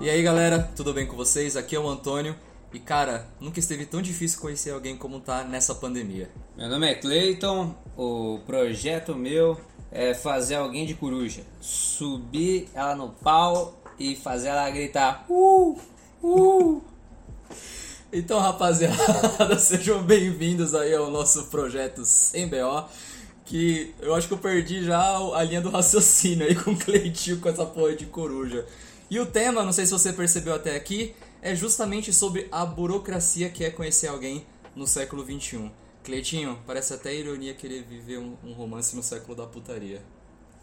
aí galera, tudo bem com vocês? Aqui é o Antônio e cara, nunca esteve tão difícil conhecer alguém como tá nessa pandemia. Meu nome é Clayton, o projeto meu é fazer alguém de coruja. Subir ela no pau e fazer ela gritar Uh! Uh! Então rapaziada, sejam bem-vindos aí ao nosso projeto Sem BO. Que eu acho que eu perdi já a linha do raciocínio aí com o Cleitinho com essa porra de coruja. E o tema, não sei se você percebeu até aqui, é justamente sobre a burocracia que é conhecer alguém no século XXI. Cleitinho, parece até ironia querer viver um, um romance no século da putaria.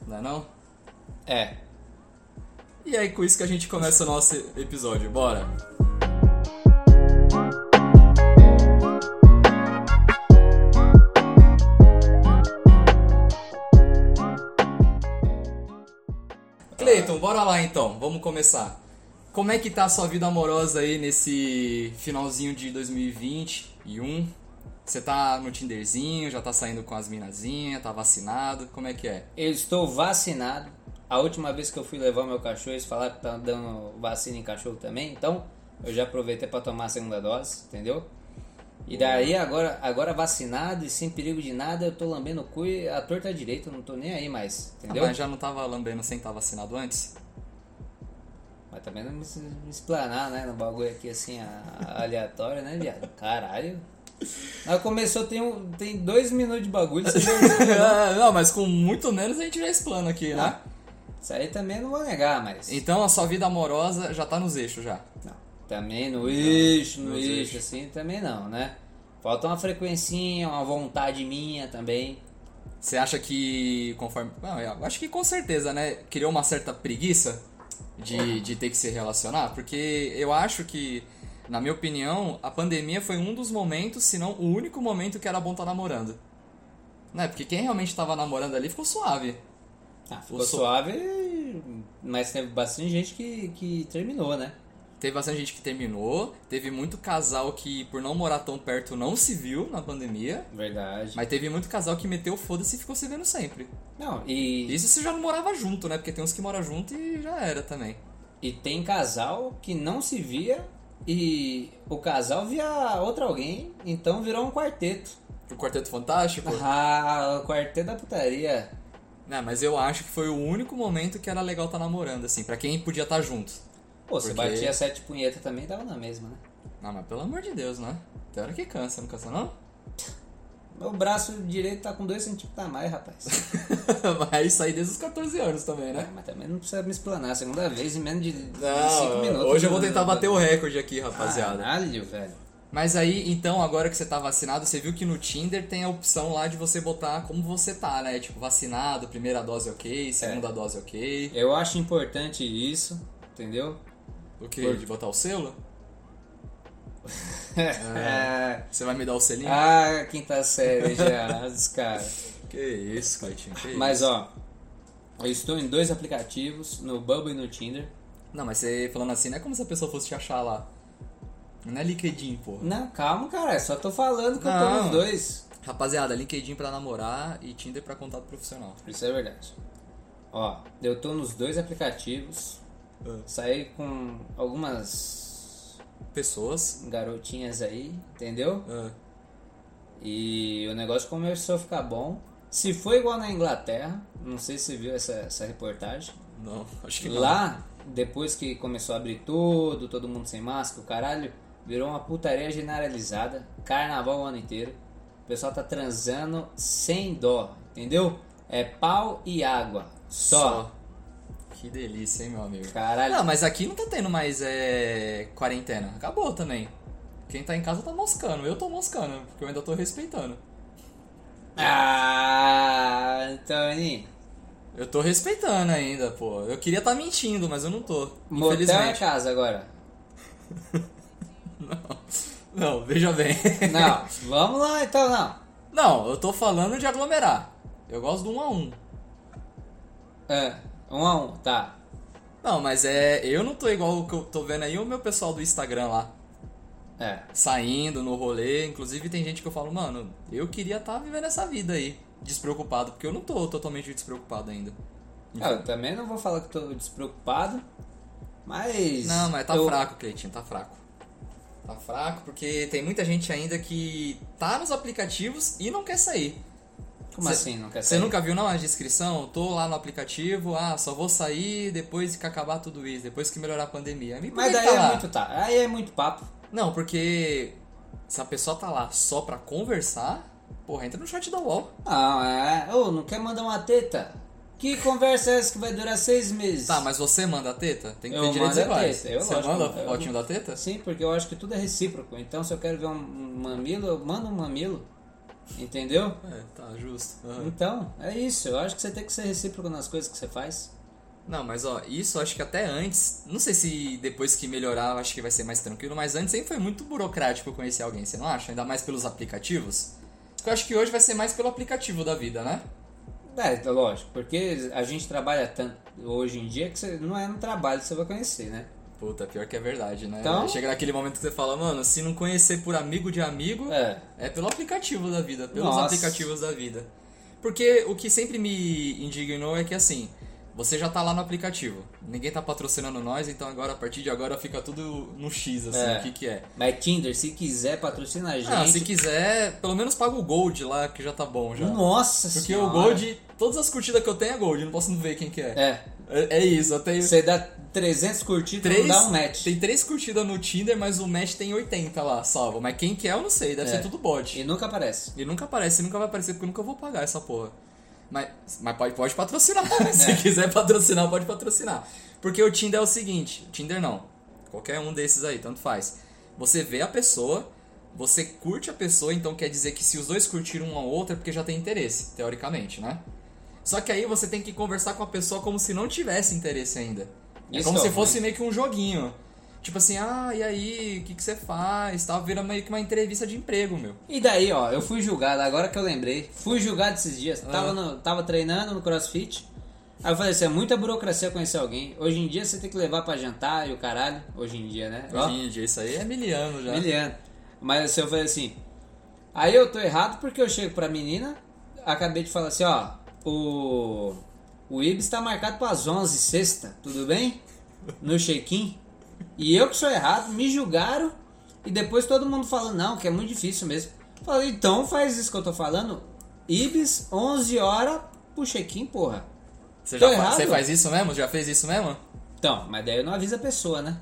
Não é não? É, E aí com isso que a gente começa o nosso episódio, bora! Cleiton, bora lá então, vamos começar. Como é que tá a sua vida amorosa aí nesse finalzinho de 2021? Você tá no Tinderzinho, já tá saindo com as minazinhas, tá vacinado, como é que é? eu estou vacinado. A última vez que eu fui levar meu cachorro, eles falaram que tá dando vacina em cachorro também, então eu já aproveitei para tomar a segunda dose, entendeu? E daí agora, agora vacinado e sem perigo de nada, eu tô lambendo o cu e a torta direita, não tô nem aí mais, entendeu? Ah, mas já não tava lambendo sem estar vacinado antes? Mas também não me se- me explanar, né? No bagulho aqui assim, a- a- aleatório, né, viado? Caralho. Aí começou, tem, um, tem dois minutos de bagulho. Você um já... Ah, não, mas com muito menos a gente já explana aqui, né? Isso aí também eu não vou negar, mas. Então a sua vida amorosa já tá nos eixos já. Não. Também no eixo, no nos eixo, assim, também não, né? Falta uma frequencinha, uma vontade minha também. Você acha que conforme. Não, eu acho que com certeza, né? Criou uma certa preguiça de, de ter que se relacionar, porque eu acho que, na minha opinião, a pandemia foi um dos momentos, se não o único momento que era bom estar namorando. Né? Porque quem realmente tava namorando ali ficou suave. Ah, ficou Eu sou- suave, mas teve bastante gente que, que terminou, né? Teve bastante gente que terminou, teve muito casal que, por não morar tão perto, não se viu na pandemia. Verdade. Mas teve muito casal que meteu foda-se e ficou se vendo sempre. Não, e, Isso se já não morava junto, né? Porque tem uns que moram junto e já era também. e tem casal que não se via e o casal via outro alguém, então virou um quarteto. O Quarteto Fantástico. Ah, o quarteto da putaria. Né, mas eu acho que foi o único momento que era legal estar namorando, assim, pra quem podia estar junto. Pô, você Porque- batia sete punheta também, dava na mesma, né? Ah, mas pelo amor de Deus, né? Tem hora que cansa, não cansa não? Meu braço direito tá com dois centímetros a mais, rapaz. mas isso aí desde os 14 anos também, É, né? mas também não precisa me explanar. Segunda vez em menos de Não, 5 minutos. Ah, hoje eu vou tentar bater o recorde aqui, rapaziada. Caralho, velho. Mas aí, então, agora que você tá vacinado, você viu que no Tinder tem a opção lá de você botar como você tá, né? Tipo, vacinado, primeira dose ok, segunda dose ok. Eu acho importante isso, entendeu? O que? Por- De botar o selo? É. Você vai me dar o selinho? ah, quinta série já, os caras. Que isso, Cleitinho, que Mas ó, eu estou em dois aplicativos, no Bubble e no Tinder. isso. Não, mas você falando assim, não é como se a pessoa fosse te achar lá. Não é LinkedIn, porra. Não, calma, cara. é Só tô falando que eu tô Não. nos dois. Rapaziada, LinkedIn pra namorar e Tinder pra contato profissional. Isso é verdade. Ó, eu tô nos dois aplicativos. Ah. Saí com algumas Pessoas. garotinhas aí, entendeu? ah, E o negócio começou a ficar bom. Se foi igual na Inglaterra, não sei se você viu essa, essa reportagem. não, acho que não. Lá, depois que começou a abrir tudo, todo mundo sem máscara, o caralho, virou uma putaria generalizada, carnaval o ano inteiro. O pessoal tá transando sem dó, entendeu? É pau e água. Só. Que delícia, hein, meu amigo. Caralho. Não, mas aqui não tá tendo mais é, quarentena. Acabou também. Quem tá em casa tá moscando. Eu tô moscando, porque eu ainda tô respeitando. Ah, Antônio. Eu tô respeitando ainda, pô. Eu queria tá mentindo, mas eu não tô. Motel é Infelizmente. casa agora. Não, veja bem. Não, vamos lá então, não. Não, eu tô falando de aglomerar. Eu gosto do um a um. É, um a um, tá. Não, mas é. Eu não tô igual o que eu tô vendo aí o meu pessoal do Instagram lá. É. Saindo no rolê. Inclusive tem gente que eu falo, mano, eu queria tá vivendo essa vida aí. Despreocupado, porque eu não tô totalmente despreocupado ainda. Ah, Eu também não vou falar que tô despreocupado, Mas. Não, mas tá eu- fraco, Cleitinho, tá fraco. Tá fraco porque tem muita gente ainda que tá nos aplicativos e não quer sair. Como Cê- assim? Não quer Você sair? nunca viu não a descrição? Tô lá no aplicativo, ah, só vou sair depois que acabar tudo isso, depois que melhorar a pandemia. Mas por Mas que daí tá é lá? muito tá. Aí é muito papo. Não, porque se a pessoa tá lá só pra conversar, porra, entra no chat da UOL. Não, é. Ô, não quer mandar uma teta? Que conversa é essa que vai durar seis meses? Tá, mas você manda a teta? Tem que Eu ter direitos mando a iguais. teta, eu você lógico, manda eu- fotinho da teta? Sim, porque eu acho que tudo é recíproco. Então, se eu quero ver um, um mamilo, eu mando um mamilo. Entendeu? É, tá justo. Aham. Então, é isso. Eu acho que você tem que ser recíproco nas coisas que você faz. Não, mas ó, isso eu acho que até antes, não sei se depois que melhorar eu acho que vai ser mais tranquilo, mas antes sempre foi muito burocrático conhecer alguém, você não acha? Ainda mais pelos aplicativos. Eu acho que hoje vai ser mais pelo aplicativo da vida, né? É, tá lógico, porque a gente trabalha tanto hoje em dia que você, não é no trabalho que você vai conhecer, né? Puta, pior que é verdade, né? Então? Chega naquele momento que você fala, mano, se não conhecer por amigo de amigo, É. É pelo aplicativo da vida, pelos Nossa. aplicativos da vida. Porque o que sempre me indignou é que assim, você já tá lá no aplicativo. Ninguém tá patrocinando nós, então agora a partir de agora fica tudo no X, assim, É. o que que é. Mas Tinder, se quiser, patrocina a gente. Ah, se quiser, pelo menos paga o Gold lá, que já tá bom já. Nossa Porque senhora. o Gold, todas as curtidas que eu tenho é Gold, não posso ver quem que é. É. É, é isso, eu tenho Você dá 300 curtidas três. não dá um match. Tem três curtidas no Tinder, mas o match tem 80 lá, salvo. Mas quem que é, eu não sei, deve É. ser tudo bot. E nunca aparece. E nunca aparece, nunca vai aparecer porque eu nunca vou pagar essa porra. Mas, mas pode, pode patrocinar. Se quiser patrocinar, pode patrocinar. Porque o Tinder é o seguinte: Tinder não. Qualquer um desses aí, tanto faz. Você vê a pessoa, você curte a pessoa, então quer dizer que se os dois curtiram um ao outro é porque já tem interesse, teoricamente, né? Só que aí você tem que conversar com a pessoa como se não tivesse interesse ainda. É Isso como é se ruim. fosse meio que um joguinho. Tipo assim, ah, e aí, o que, que você faz? Tal, vira meio que uma entrevista de emprego, meu. E daí, ó, eu fui julgado, agora que eu lembrei. Fui julgado esses dias. Ah. Tava, no- tava treinando no crossfit. Aí eu falei assim: é muita burocracia conhecer alguém. Hoje em dia você tem que levar pra jantar e o caralho. Hoje em dia, né? Ó, Hoje em dia, isso aí é miliano já. miliano. Mas assim, eu falei assim: aí eu tô errado porque eu chego pra menina, acabei de falar assim: ó, o, o Ibis tá marcado pras 11 sexta, tudo bem? No check-in. E eu que sou errado, me julgaram e depois todo mundo falando: não, que é muito difícil mesmo. Eu Falei: então faz isso que eu tô falando. Ibis, 11 horas pro check-in, porra. Você, Tô já fa- errado? você faz isso mesmo? Já fez isso mesmo? Então, mas daí eu não aviso a pessoa, né?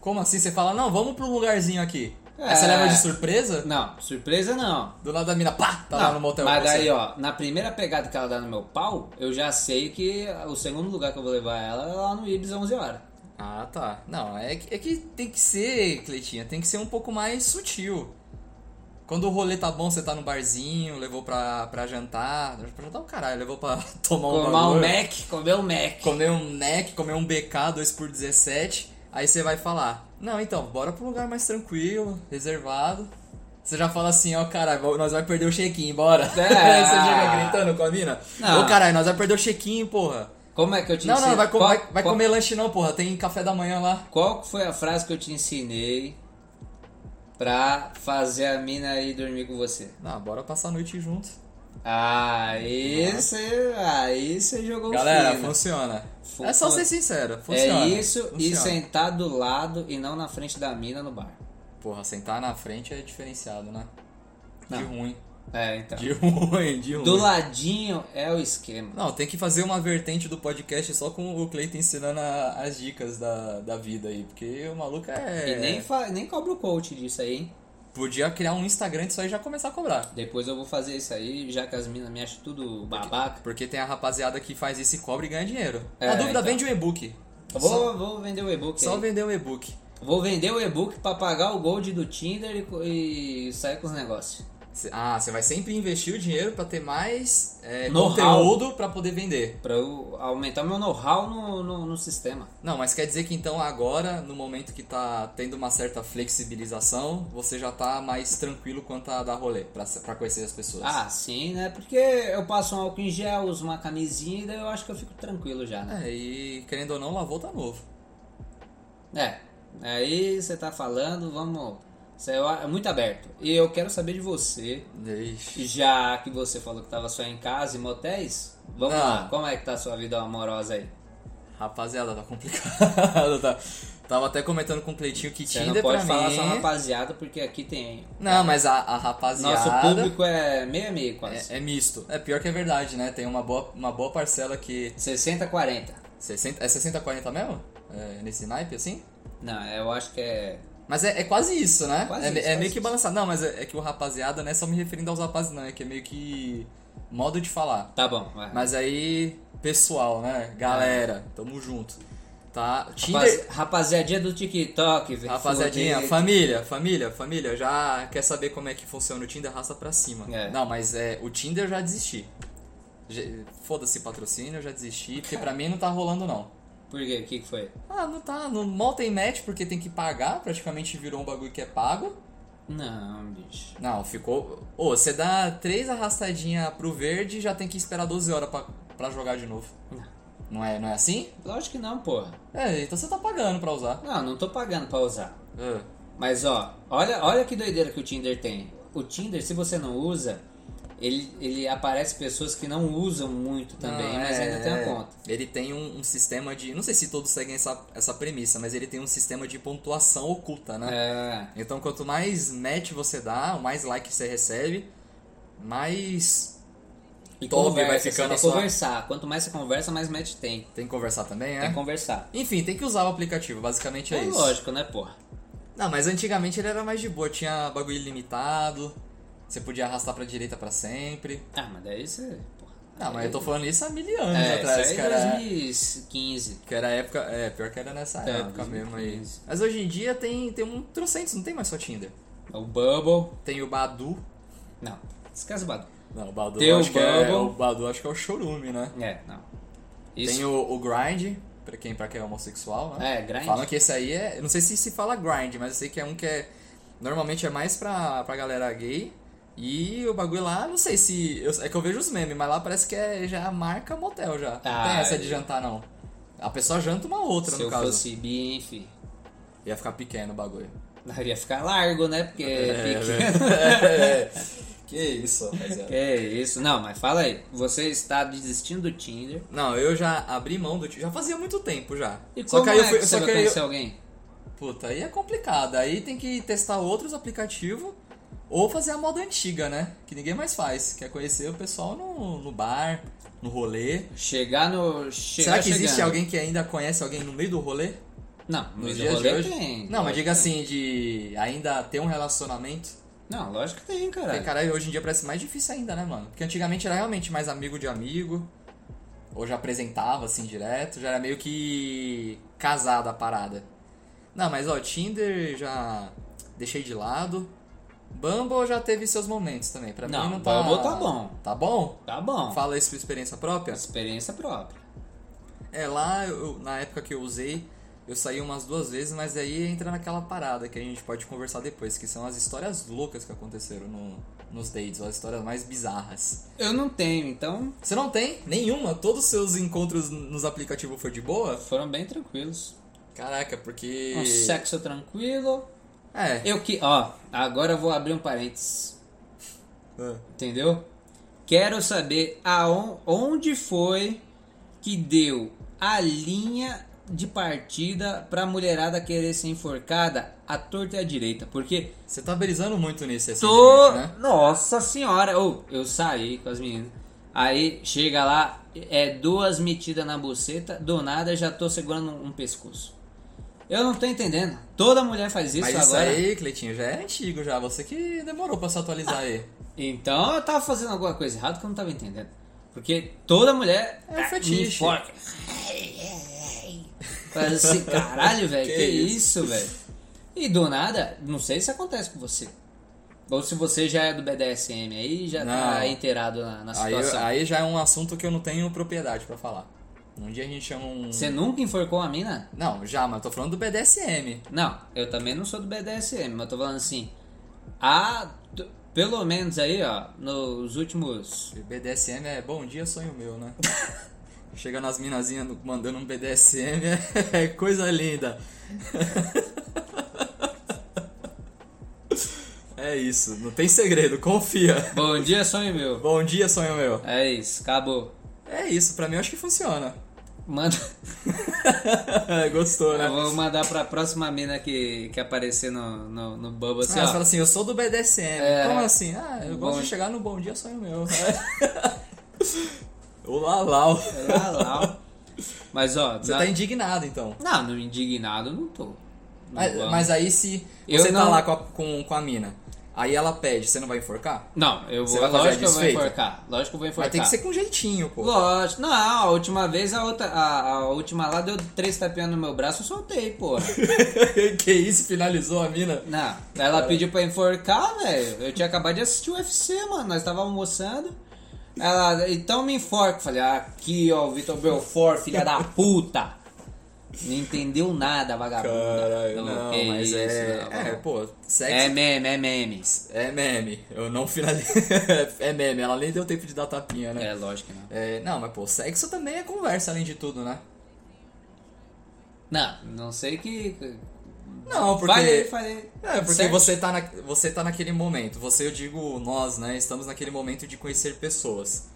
Como assim? Você fala, não, vamos pro lugarzinho aqui. É. Aí você leva de surpresa? Não, surpresa não. Do lado da mina, pá, tá lá Não, no motel. Mas com você. daí, ó, na primeira pegada que ela dá no meu pau, eu já sei que o segundo lugar que eu vou levar ela é lá no Ibis 11 horas. Ah, tá. Não, é que, é que tem que ser, Cleitinha, tem que ser um pouco mais sutil. Quando o rolê tá bom, você tá no barzinho, levou pra, pra jantar. Pra jantar o caralho, levou pra tomar um Tomar um bagulho. Mac, comer um Mac. comer um neck, comer um BK 2x17, aí você vai falar, não, então, bora pra um lugar mais tranquilo, reservado. Você já fala assim, ó, caralho, vou- nós vai perder o check-in, bora. Aí você chega gritando com a mina. É. Não. Ô, caralho, nós vai perder o check-in, porra. Como é que eu te Não, ensinei? não, vai, com- qual, vai- vai qual- comer lanche não, porra, tem café da manhã lá. Qual que foi a frase que eu te ensinei pra fazer a mina ir dormir com você? Não, bora passar a noite junto. Aí você aí você jogou Galera, o fino. funciona. Fu- É só fu- ser sincero, funciona. É isso e funciona. sentar do lado e não na frente da mina no bar. Porra, sentar na frente é diferenciado, né? De Não. ruim. É, então. De ruim, de ruim. Do ladinho é o esquema. Não, tem que fazer uma vertente do podcast só com o Cleiton ensinando a- as dicas da, da vida aí, porque o maluco é. E nem, fa- nem cobra o coach disso aí, hein? Podia criar um Instagram disso aí e já começar a cobrar. Depois eu vou fazer isso aí, já que as minas me acham tudo babaca. Porque tem a rapaziada que faz esse cobre e ganha dinheiro. É, Na dúvida, então. Tá vende um e-book. Eu Vou, vou vender o e-book Só aí. vender um e-book. Vou vender o e-book pra pagar o gold do Tinder e co- e, sair com os negócios. Cê- Ah, você vai sempre investir o dinheiro pra ter mais é, Know-how. conteúdo pra poder vender. Pra eu aumentar meu know-how no, no, no sistema. Não, mas quer dizer que então agora, no momento que tá tendo uma certa flexibilização, você já tá mais tranquilo quanto a dar rolê pra, pra conhecer as pessoas. Ah, sim, né? Porque eu passo um álcool em gel, uso uma camisinha e daí eu acho que eu fico tranquilo já, né? É, e querendo ou não, lavou tá novo. É. Aí você tá falando, vamos. Você é muito aberto. E eu quero saber de você. Ixi. Já que você falou que tava só em casa e motéis, vamos Não. lá, como é que tá a sua vida amorosa aí? Rapaziada, tá complicado. Tá. Tava até comentando com o Cleitinho que Você Tinder não pra pode falar mim... só rapaziada, porque aqui tem. Não, mas a, a rapaziada... Nosso público é meio a meio quase. É, é misto. É pior que é verdade, né? Tem uma boa, uma boa parcela que. 60-40. 60, é 60-40 mesmo? É, nesse naipe assim? Não, eu acho que é. Mas é, é quase isso, né? Quase é isso, é quase meio que isso. balançado. Não, mas é, é que o rapaziada não é só me referindo aos rapazes, não. É que é meio que. modo de falar. Tá bom, vai. Mas aí, pessoal, né? Galera, tamo junto. Tá? Rapaz- Tinder. Rapaziadinha do TikTok, velho. Rapaziadinha, Foda-se. família, família, família, já quer saber como é que funciona o Tinder, raça pra cima. É. Não, mas é, o Tinder eu já desisti. Já- Foda-se patrocínio, eu já desisti, porque pra mim não tá rolando não. Por quê? O que, que foi? Ah, não tá, não, mal tem match porque tem que pagar, praticamente virou um bagulho que é pago. Não, bicho. Não, ficou... Ô, você dá três arrastadinhas pro verde e já tem que esperar 12 horas pra, pra jogar de novo. Não. Não é, não é assim? Lógico que não, porra. É, então você tá pagando pra usar. Não, não tô pagando pra usar. Ah, Mas ó, olha, olha que doideira que o Tinder tem. O Tinder, se você não usa, ele, ele aparece pessoas que não usam muito também, Não, mas é, ainda tem a é. conta. Ele tem um, um sistema de. Não sei se todos seguem essa, essa premissa, mas ele tem um sistema de pontuação oculta, né? É, Então, quanto mais match você dá, mais like você recebe, mais. e Top, conversa, vai você ficando tem que só. conversar. Quanto mais você conversa, mais match tem. Tem que conversar também, Tem né? que conversar. Enfim, tem que usar o aplicativo, basicamente é É isso. lógico, né, porra? Não, mas antigamente ele era mais de boa, tinha bagulho ilimitado, você podia arrastar pra direita pra sempre. Ah, mas daí você. Porra, Não, mas Aí- eu tô falando isso há mil anos É, atrás, isso aí cara. em 2015. Que era a época. É, pior que era nessa Tá, época mesmo aí. 2015. Mas hoje em dia tem, tem um trocentos, não tem mais só Tinder. É O Bubble. Tem o Badu. Não, esquece o Badu. Não, o Badu Tem eu o acho que é. Bumble. O Badu acho que é o chorume, né? É, não. Tem Isso. o, o Grind, pra quem, pra quem é homossexual, né? É, grind. Falam que esse aí é. Eu não sei se se fala grind, mas eu sei que é um que é. Normalmente é mais pra, pra galera gay. E o bagulho lá, não sei se. eu- é que eu vejo os memes, mas lá parece que é já marca motel já. não tem Ah, essa de é. jantar, não. A pessoa janta uma outra, Se no eu caso. fosse bi, enfim. Ia ficar pequeno o bagulho. Não, ia ficar largo, né? Porque é pequeno. É, que isso, rapaziada. É isso. Não, mas fala aí. Você está desistindo do Tinder. Não, eu já abri mão do Tinder. Já fazia muito tempo já. E só como que aí eu é fui. que você só vai que aí eu- conhecer alguém? Puta, aí é complicado. Aí tem que testar outros aplicativos ou fazer a moda antiga, né? Que ninguém mais faz. Quer conhecer o pessoal no, no bar, no rolê. Chegar no... Chegar Será que existe chegando. alguém que ainda conhece alguém no meio do rolê? Não, no Nos dia dias rolê de hoje? tem. Não, mas lógico diga que tem. assim, de ainda ter um relacionamento. Não, lógico que tem, Porque, cara. caralho, hoje em dia parece mais difícil ainda, né, mano? Porque antigamente era realmente mais amigo de amigo. Ou já apresentava, assim, direto. Já era meio que casada a parada. Não, mas, ó, Tinder já deixei de lado. Bumble já teve seus momentos também. Pra Não, mim não tá... Bumble tá bom. Tá bom? Tá bom. Fala isso por experiência própria. Experiência própria. É, lá, eu- na época que eu usei, eu saí umas duas vezes, mas aí entra naquela parada que a gente pode conversar depois, que são as histórias loucas que aconteceram no- nos dates, ou as histórias mais bizarras. Eu não tenho, então Você não tem nenhuma? Todos os seus encontros nos aplicativos foi de boa? foram bem tranquilos. Caraca, porque... Um sexo tranquilo. É. Eu que... Ó, agora eu vou abrir um parênteses. Ah. Entendeu? Quero saber aon, onde foi que deu a linha de partida pra mulherada querer ser enforcada à torta e à direita. Porque Você tá brisando muito nisso, assim, tô. né? Nossa senhora! Ô, eu saí com as meninas. Aí chega lá, é duas metidas na buceta, do nada já tô segurando um, um pescoço. Eu não tô entendendo. Toda mulher faz isso Mas isso agora. aí, Cleitinho, já é antigo já. Você que demorou pra se atualizar aí. Então eu tava fazendo alguma coisa errada que eu não tava entendendo. Porque toda mulher É um ah, fetiche. me enforca. Faz assim, caralho, velho, que, Que isso, velho. E do nada, não sei se acontece com você. Ou se você já é do BDSM aí, já Não. tá inteirado na, na Aí, eu- situação. aí já é um assunto que eu não tenho propriedade pra falar. Um dia a gente chama um... Você nunca enforcou a mina? Não, já, mas tô falando do BDSM. Não, eu também não sou do BDSM, mas eu tô falando assim. Ah, pelo menos aí, ó, nos últimos. BDSM é bom dia, sonho meu, né? Chega nas minazinhas no- mandando um BDSM é, coisa linda. É isso, não tem segredo, confia. Bom dia, sonho meu. Bom dia, sonho meu. É isso, acabou. É isso, pra mim eu acho que funciona. Manda. Gostou, né? Eu vou mandar pra próxima mina que, que aparecer no, no, no Bubble assim, Ah, ó. você fala assim, eu sou do BDSM. É. Como assim? Ah, eu Bom- gosto de chegar no bom dia, sonho meu. o Lalau. Você Lá, lá. Mas ó, na- tá indignado, então. não, no indignado não tô. Não Mas, vamos. mas aí se Eu você tá não- lá com a, com, com a mina, aí ela pede, você não vai enforcar? Não, eu Você vou. vai fazer a Lógico que eu vou desfeita? enforcar. Lógico que eu vou enforcar. Mas tem que ser com jeitinho, pô. Lógico. Não, a última vez, a, outra, a, a última lá deu três tapinhas no meu braço, eu soltei, porra. que isso, finalizou a mina. Não, ela pediu pra enforcar, velho. Eu tinha acabado de assistir o UFC, mano. Nós tava almoçando. Ela, então me enforca. Falei, ah, aqui, ó, o Vitor Belfort, filha da puta. Não entendeu nada, vagabunda. Caralho, não, que mas isso, é. não, é, não. pô, é sexo. meme, é meme. É, meme. Eu não finalizei. é meme, ela nem deu tempo de dar tapinha, né? É, lógico que não. É, não, mas pô, sexo também é conversa além de tudo, né? Não, não sei que... Não, porque. Falei, falei. É, porque Certo? você tá, na- você tá naquele momento. Você, eu digo nós, né? Estamos naquele momento de conhecer pessoas.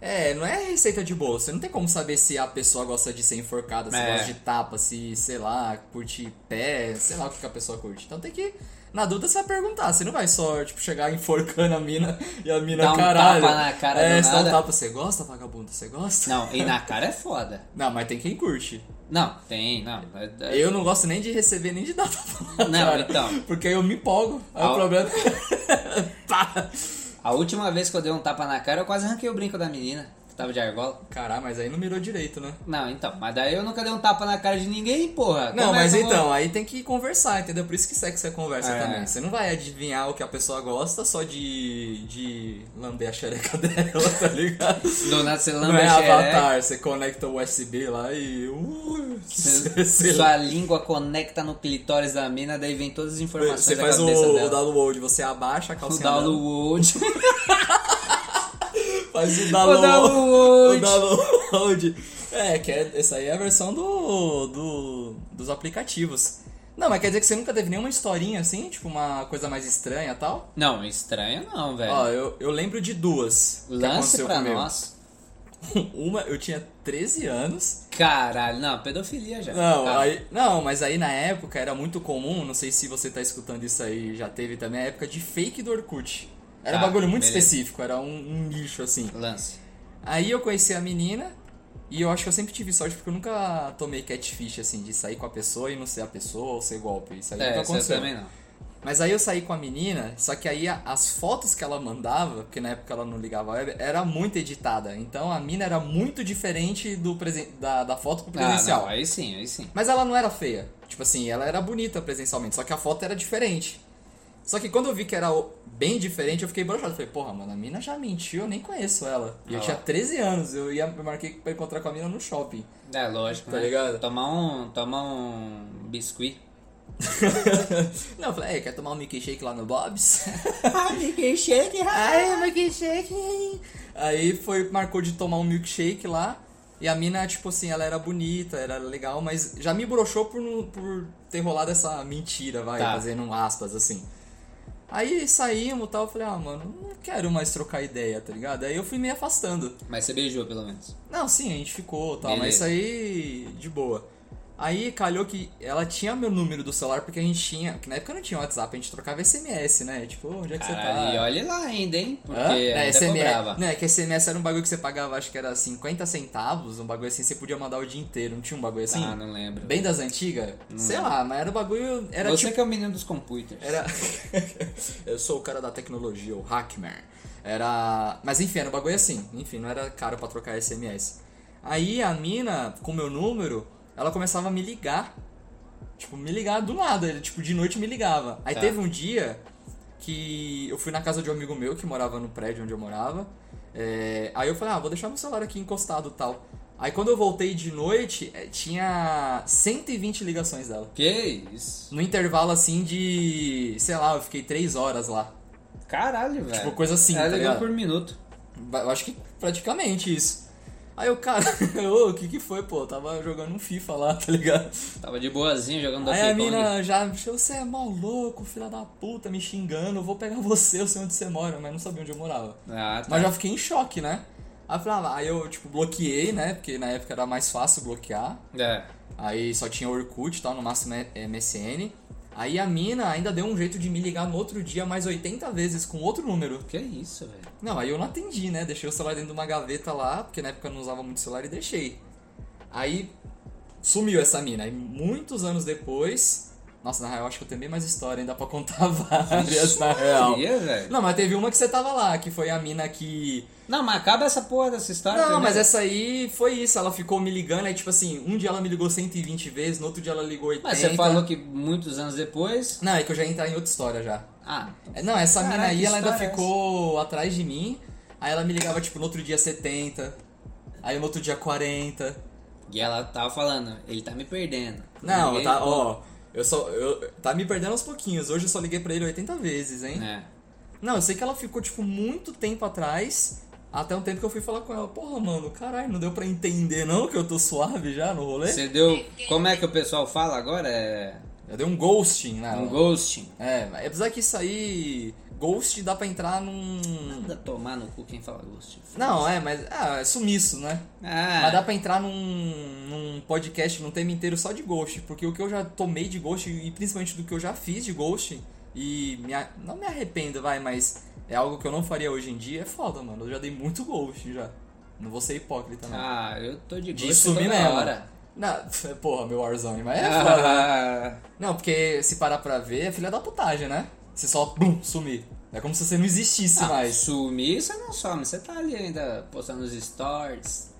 É, não é receita de bolo. Você não tem como saber se a pessoa gosta de ser enforcada, se É. gosta de tapa, se, sei lá, curte pé, sei lá o que, que a pessoa curte. Então tem que. Na dúvida você vai perguntar. Você não vai só, tipo, chegar enforcando a mina e a mina, Dá um caralho. tapa na cara é, do você dá um nada. tapa. Você gosta, vagabunda? Você gosta? Não, e na cara é foda. Não, mas tem quem curte. Não, tem, não. É- é- Eu não gosto nem de receber nem de dar tapa na Não, cara, então. Porque eu me empolgo. Aí Ah, o problema. é- Pá. A última vez que eu dei um tapa na cara, eu quase arranquei o brinco da menina, que tava de argola. Caralho, mas aí não mirou direito, né? Não, então, mas daí eu nunca dei um tapa na cara de ninguém, porra. Não, Como é mas que eu vou- então, aí tem que conversar, entendeu? Por isso que sexo é conversa É. também. Você não vai adivinhar o que a pessoa gosta só de, de lamber a xereca dela, tá ligado? Do nada você Não lambe é a xereca, avatar, você conecta o USB lá e. Uh, você- sei lá. Sua língua conecta no clitóris da mina, daí vem todas as informações Você da faz o, cabeça o dela. download, você abaixa a O calcinha. dela, download. Faz o O download. O download. download. É, que é, essa aí é a versão do, do- dos aplicativos. Não, mas quer dizer que você nunca teve nenhuma historinha assim? Tipo, uma coisa mais estranha e tal? Não, estranho não, Ó, velho. eu, eu lembro de duas que É. Lance aconteceu pra comigo. nós. Uma, eu tinha 13 anos. Caralho, não, pedofilia já. Não, Ah, aí, não, mas aí na época era muito comum, não sei se você tá escutando isso aí, já teve também, a época de fake do Orkut. Era um Tá, bagulho muito beleza. específico, era um, um lixo assim. Lance. Aí eu conheci a menina e eu acho que eu sempre tive sorte porque eu nunca tomei catfish, assim, de sair com a pessoa e não ser a pessoa ou ser golpe. Isso aí É, nunca você aconteceu. também não. Ah, Mas aí eu saí com a menina, só que aí a- as fotos que ela mandava, porque na época ela não ligava a web, era muito editada. Então a mina era muito diferente do presen- da, da foto pro Ah, presencial. não, aí sim, aí sim. Mas ela não era feia. Tipo assim, ela era bonita presencialmente, só que a foto era diferente. Só que quando eu vi que era o- bem diferente, eu fiquei broxado. Falei, porra, mano, a mina já mentiu, eu nem conheço ela. E Ah eu lá. tinha 13 anos, eu ia eu marquei pra encontrar com a mina no shopping. É, lógico, Tá né? ligado? Tomar um, tomar um biscuit. não, eu falei, "Ei, quer tomar um Mickey Shake lá no Bob's? Ah, Mickey Shake, Ai, é milkshake. Aí foi, marcou de tomar um milkshake lá. E a mina, tipo assim, ela era bonita, era legal, mas já me broxou por, não- por ter rolado essa mentira, vai, Tá. fazendo um aspas, assim. Aí saímos e tal, eu falei, ah, mano, não quero mais trocar ideia, tá ligado? Aí eu fui me afastando. Mas você beijou, pelo menos. Não, sim, a gente ficou, tal, mas Beleza. isso aí de boa. Aí calhou que ela tinha meu número do celular, porque a gente tinha. Que na época não tinha WhatsApp, a gente trocava SMS, né? Tipo, onde é que você tá? Caralho, e olha lá ainda, hein? Porque Hã? ainda É, SMS, cobrava. Não, é que SMS era um bagulho que você pagava, acho que era 50 centavos, um bagulho assim, você podia mandar o dia inteiro, não tinha um bagulho assim? Ah, não lembro. Bem das antigas? Sei lá, mas era um bagulho. Era Você tipo. que é o menino dos computers. Era. Eu sou o cara da tecnologia, o hackman. Era. Mas enfim, era um bagulho assim. Enfim, não era caro pra trocar SMS. Aí a mina, com meu número, ela começava a me ligar. Tipo, me ligar do nada. ele, Tipo, de noite me ligava. Aí Tá. teve um dia que eu fui na casa de um amigo meu que morava no prédio onde eu morava. É, aí eu falei, ah, vou deixar meu celular aqui encostado e tal. Aí quando eu voltei de noite, eh, tinha 120 ligações dela. Que isso? No intervalo assim de. sei lá, eu fiquei três horas lá. Caralho, velho. Tipo, coisa assim, Ela tá ligou ligado? por minuto. Ba- Eu acho que praticamente isso. Aí eu, cara, ô, o que que foi, pô? Eu tava jogando um FIFA lá, tá ligado? Tava de boazinha jogando Aí Donkey a Kong. mina já, você é mal louco, filha da puta, me xingando, eu vou pegar você, eu sei onde você mora, mas não sabia onde eu morava. Ah, tá. Mas já fiquei em choque, né? Aí eu falei, ah, aí eu, tipo, bloqueei, né? Porque na época era mais fácil bloquear. É. Aí só tinha Orkut e tal, no máximo é- é MSN. Aí a mina ainda deu um jeito de me ligar no outro dia mais 80 vezes com outro número. Que isso, velho. Não, aí eu não atendi, né? Deixei o celular dentro de uma gaveta lá, porque na época eu não usava muito celular e deixei. Aí sumiu essa mina. Aí muitos anos depois. Nossa, na real, acho que eu tenho bem mais história, ainda pra contar várias, na real. Queria, velho. Não, mas teve uma que você tava lá, que foi a mina que. Não, mas acaba essa porra dessa história. tá Não, entendeu? mas é assim, essa aí foi isso. Ela ficou me ligando, aí tipo assim, um dia ela me ligou 120 vezes, no outro dia ela ligou 80. Mas você falou que muitos anos depois. Não, é que eu já ia entrar em outra história já. Ah, É, Não, essa Caraca, mina aí, que ela ainda história é ficou atrás de mim. Aí ela me ligava, tipo, no outro dia 70. Aí no outro dia 40. e ela tava falando, ele tá me perdendo. Não, Ninguém- tá, ó. Eu só. Eu, tá me perdendo aos pouquinhos. Hoje eu só liguei pra ele 80 vezes, hein? É. Não, eu sei que ela ficou, tipo, muito tempo atrás. Até um tempo que eu fui falar com ela. Porra, mano, caralho, não deu pra entender, não? Que eu tô suave já no rolê? Você deu. Como é que o pessoal fala agora? É. Eu dei um ghosting, né? Um ghosting. É, mas apesar que isso aí. Ghost dá pra entrar num. Manda tomar no cu quem fala ghosting. Não, é, mas. Ah, é sumiço, né? Ah, Mas dá pra entrar num, num podcast, num tema inteiro só de ghost, porque o que eu já tomei de ghost e principalmente do que eu já fiz de ghost, e me a- não me arrependo, vai, mas é algo que eu não faria hoje em dia, é foda, mano. Eu já dei muito ghost já. Não vou ser hipócrita, não. ah, eu tô de De ghosting sumir toda mesmo. hora. Não, porra, meu Warzone, mas é foda. né? Ah, Não, porque se parar pra ver, é filha da putagem, né? Você só, bum, sumir. É como se você não Ah. existisse mais. sumir, você não some. Você tá ali ainda postando os stories.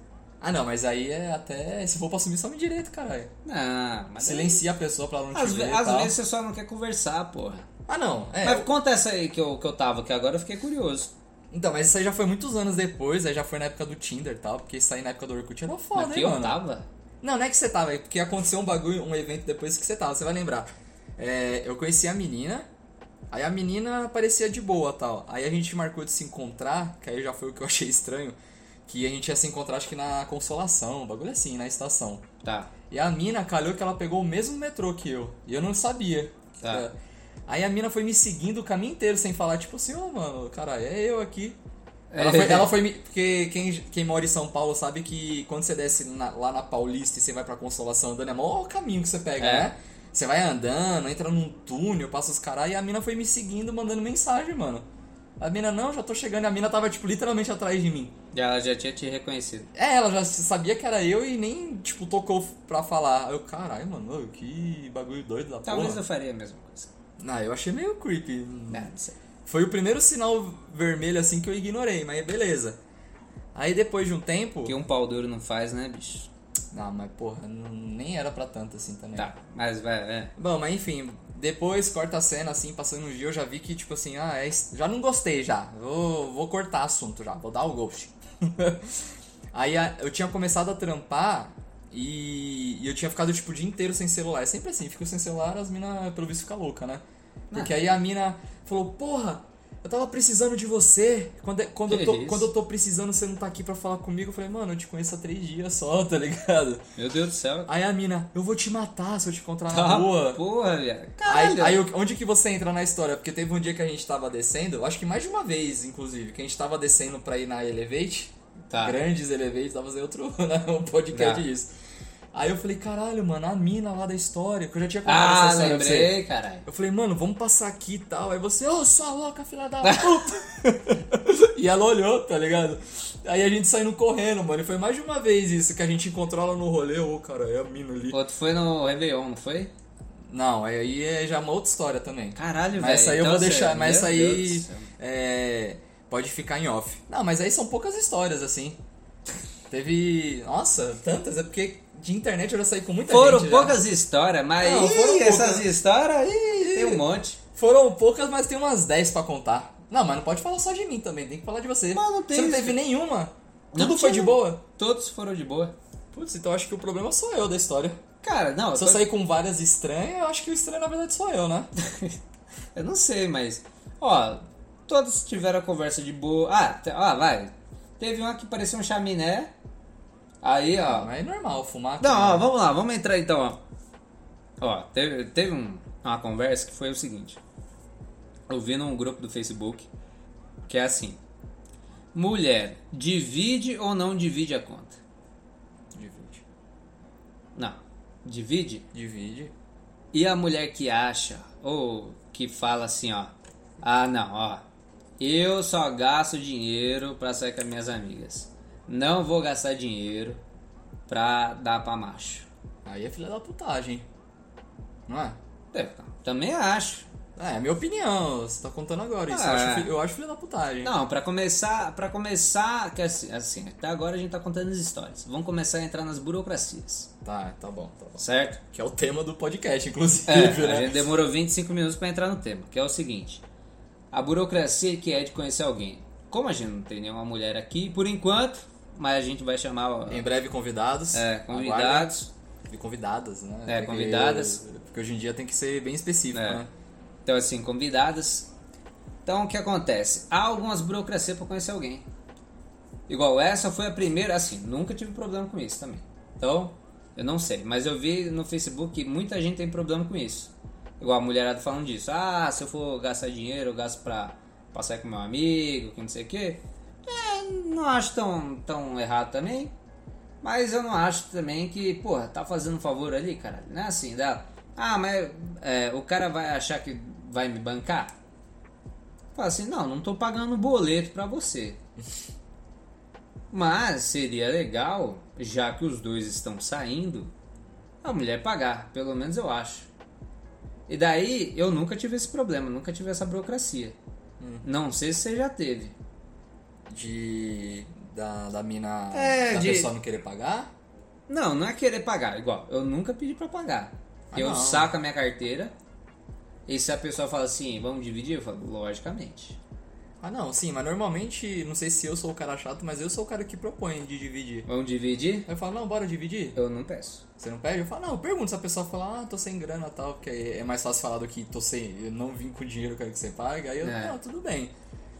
Ah, não, mas aí é até... Se for pra sumir, some direito, caralho. Não, mas. Silencia a pessoa pra ela não te Às, ve- ver e às tal. vezes você só não quer conversar, porra. Ah, não. É, Mas conta essa aí que eu, que eu tava, que agora eu fiquei curioso. Então, mas isso aí já foi muitos anos depois, aí já foi na época do Tinder e tal, porque isso aí na época do Orkut era foda, Mas que hein, eu mano? tava? Não, não é que você tava, é porque aconteceu um bagulho, um evento depois que você tava, você vai lembrar. É, eu conheci a menina, aí a menina parecia de boa tal. Aí a gente marcou de se encontrar, que aí já foi o que eu achei estranho, que a gente ia se encontrar acho que na consolação, um bagulho assim, na estação. Tá. E a mina calhou que ela pegou o mesmo metrô que eu. E eu não sabia. Tá. É. Aí a mina foi me seguindo o caminho inteiro sem falar, tipo assim, ô mano, caralho, é eu aqui. É. Ela foi, ela foi me. Porque quem, quem mora em São Paulo sabe que quando você desce na- lá na Paulista e você vai pra Consolação andando, é mó caminho que você pega, É. né? Você vai andando, entra num túnel, passa os caras e a mina foi me seguindo, mandando mensagem, mano. A mina, não, já tô chegando. E a mina tava, tipo, literalmente atrás de mim. E Ela já tinha te reconhecido. É, ela já sabia que era eu e nem, tipo, tocou pra falar. Aí Eu, caralho, mano, que bagulho doido da Talvez porra. Hum. eu faria a mesma coisa. É, Não, eu achei meio creepy. Não, não sei. Foi o primeiro sinal vermelho, assim, que eu ignorei, mas beleza. Aí depois de um tempo... O que um pau duro não faz, né, bicho? Não, mas porra, não- nem era pra tanto assim também. Tá, mas vai, é. Bom, mas enfim, depois corta a cena, assim, passando um dia, eu já vi que, tipo assim, ah, é est- já não gostei já. Vou, vou cortar assunto já, vou dar o ghost. Aí a- eu tinha começado a trampar e, e eu tinha ficado, tipo, o dia inteiro sem celular. É sempre assim, fico sem celular, as minas, pelo visto, ficam loucas, né? Ah. Porque aí a mina falou, porra, eu tava precisando de você. Quando, é- quando, eu, Que tô, isso? quando eu tô precisando, você não tá aqui pra falar comigo. Eu falei, mano, eu te conheço há três dias só, tá ligado? Meu Deus do céu. Aí a mina, eu vou te matar se eu te encontrar na Tá, rua. porra, viado. Aí, Caralho. aí o- onde que você entra na história? Porque teve um dia que a gente tava descendo, eu acho que mais de uma vez, inclusive, que a gente tava descendo pra ir na Elevate, Tá. grandes Elevates, tava fazendo outro né, um podcast Tá. disso. Aí eu falei, caralho, mano, a mina lá da história, que eu já tinha contado essa Ah, história pra você. lembrei, caralho. Eu falei, mano, vamos passar aqui e tal. Aí você, ô, sua louca, filha da puta. e ela olhou, tá ligado? Aí a gente saindo correndo, mano. E foi mais de uma vez isso que a gente encontrou ela no rolê. Ô, cara, é a mina ali. Outro foi no Réveillon, não foi? Não, aí é já uma outra história também. Caralho, velho. Mas essa aí eu Então vou você- deixar, mas essa Meu Deus aí do céu. é, pode ficar em off. Não, mas aí são poucas histórias, assim. Teve. Nossa, tantas, é porque de internet eu já saí com muita Foram gente. já. poucas histórias, mas Não, foram Ih, essas poucas. histórias, ih, tem um monte. Foram poucas, mas tem umas 10 pra contar. Não, mas não pode falar só de mim também, tem que falar de você. Mas não tem você não isso. teve nenhuma? Não Tudo foi de tinha. boa? Todos foram de boa. Putz, então acho que o problema sou eu da história. Cara, não, eu Se eu tô- sair com várias estranhas, eu acho que o estranho na verdade sou eu, né? Eu não sei, mas. Ó, todos tiveram a conversa de boa. Ah, te- ó, vai. Teve uma que parecia um chaminé. Aí, ó. Mas é normal fumar. Não, ó, cara. vamos lá, vamos entrar então, ó. Ó, teve, teve um- uma conversa que foi o seguinte. Eu vi num grupo do Facebook que é assim. Mulher, divide ou não divide a conta? Divide. Não. Divide? Divide. E a mulher que acha, ou que fala assim, ó. Ah, não, ó. Eu só gasto dinheiro pra sair com as minhas amigas. Não vou gastar dinheiro pra dar pra macho. Aí é filha da putagem. Não é? É, também acho. É, é minha opinião, você tá contando agora isso. Ah, eu, é. acho, fi- eu acho filha da putagem. Não, pra começar, para começar, que assim, assim, até agora a gente tá contando as histórias. Vamos começar a entrar nas burocracias, Tá, tá bom, tá bom. certo? Que é o tema do podcast, inclusive, É, né? a gente demorou 25 minutos pra entrar no tema, que é o seguinte: a burocracia que é de conhecer alguém. Como a gente não tem nenhuma mulher aqui por enquanto, mas a gente vai chamar ó, Em breve convidados. é, convidados. Aguardem. E convidadas, né? É, convidadas. Porque hoje em dia tem que ser bem específico, É. né? Então, assim, convidadas. Então, o que acontece? Há algumas burocracias pra conhecer alguém. Igual essa foi a primeira, assim, nunca tive problema com isso também. Então, eu não sei, mas eu vi no Facebook que muita gente tem problema com isso. Igual a mulherada falando disso. Ah, se eu for gastar dinheiro, eu gasto pra passar com meu amigo, que não sei o quê. É, não acho tão, tão errado também. Mas eu não acho também que, porra, tá fazendo um favor ali, caralho. Não é assim, dá. Ah, mas é, o cara vai achar que vai me bancar? Fala assim, não, não tô pagando boleto pra você. Mas seria legal, já que os dois estão saindo, a mulher pagar, pelo menos eu acho. E daí eu nunca tive esse problema, nunca tive essa burocracia. Não sei se você já teve. De. Da, da mina. É, da de- pessoa não querer pagar. Não, não é querer pagar. Igual, eu nunca pedi pra pagar. Ah, eu não. saco a minha carteira. E se a pessoa fala assim, vamos dividir, eu falo, logicamente. Ah, não, sim, mas normalmente, não sei se eu sou o cara chato, mas eu sou o cara que propõe de dividir. Vamos dividir? Aí eu falo, não, bora dividir? Eu não peço. Você não pede? Eu falo, não, eu pergunto se a pessoa fala, ah, tô sem grana e tal, porque aí é mais fácil falar do que tô sem, eu não vim com dinheiro, eu quero que você pague. Aí eu, É. não, tudo bem.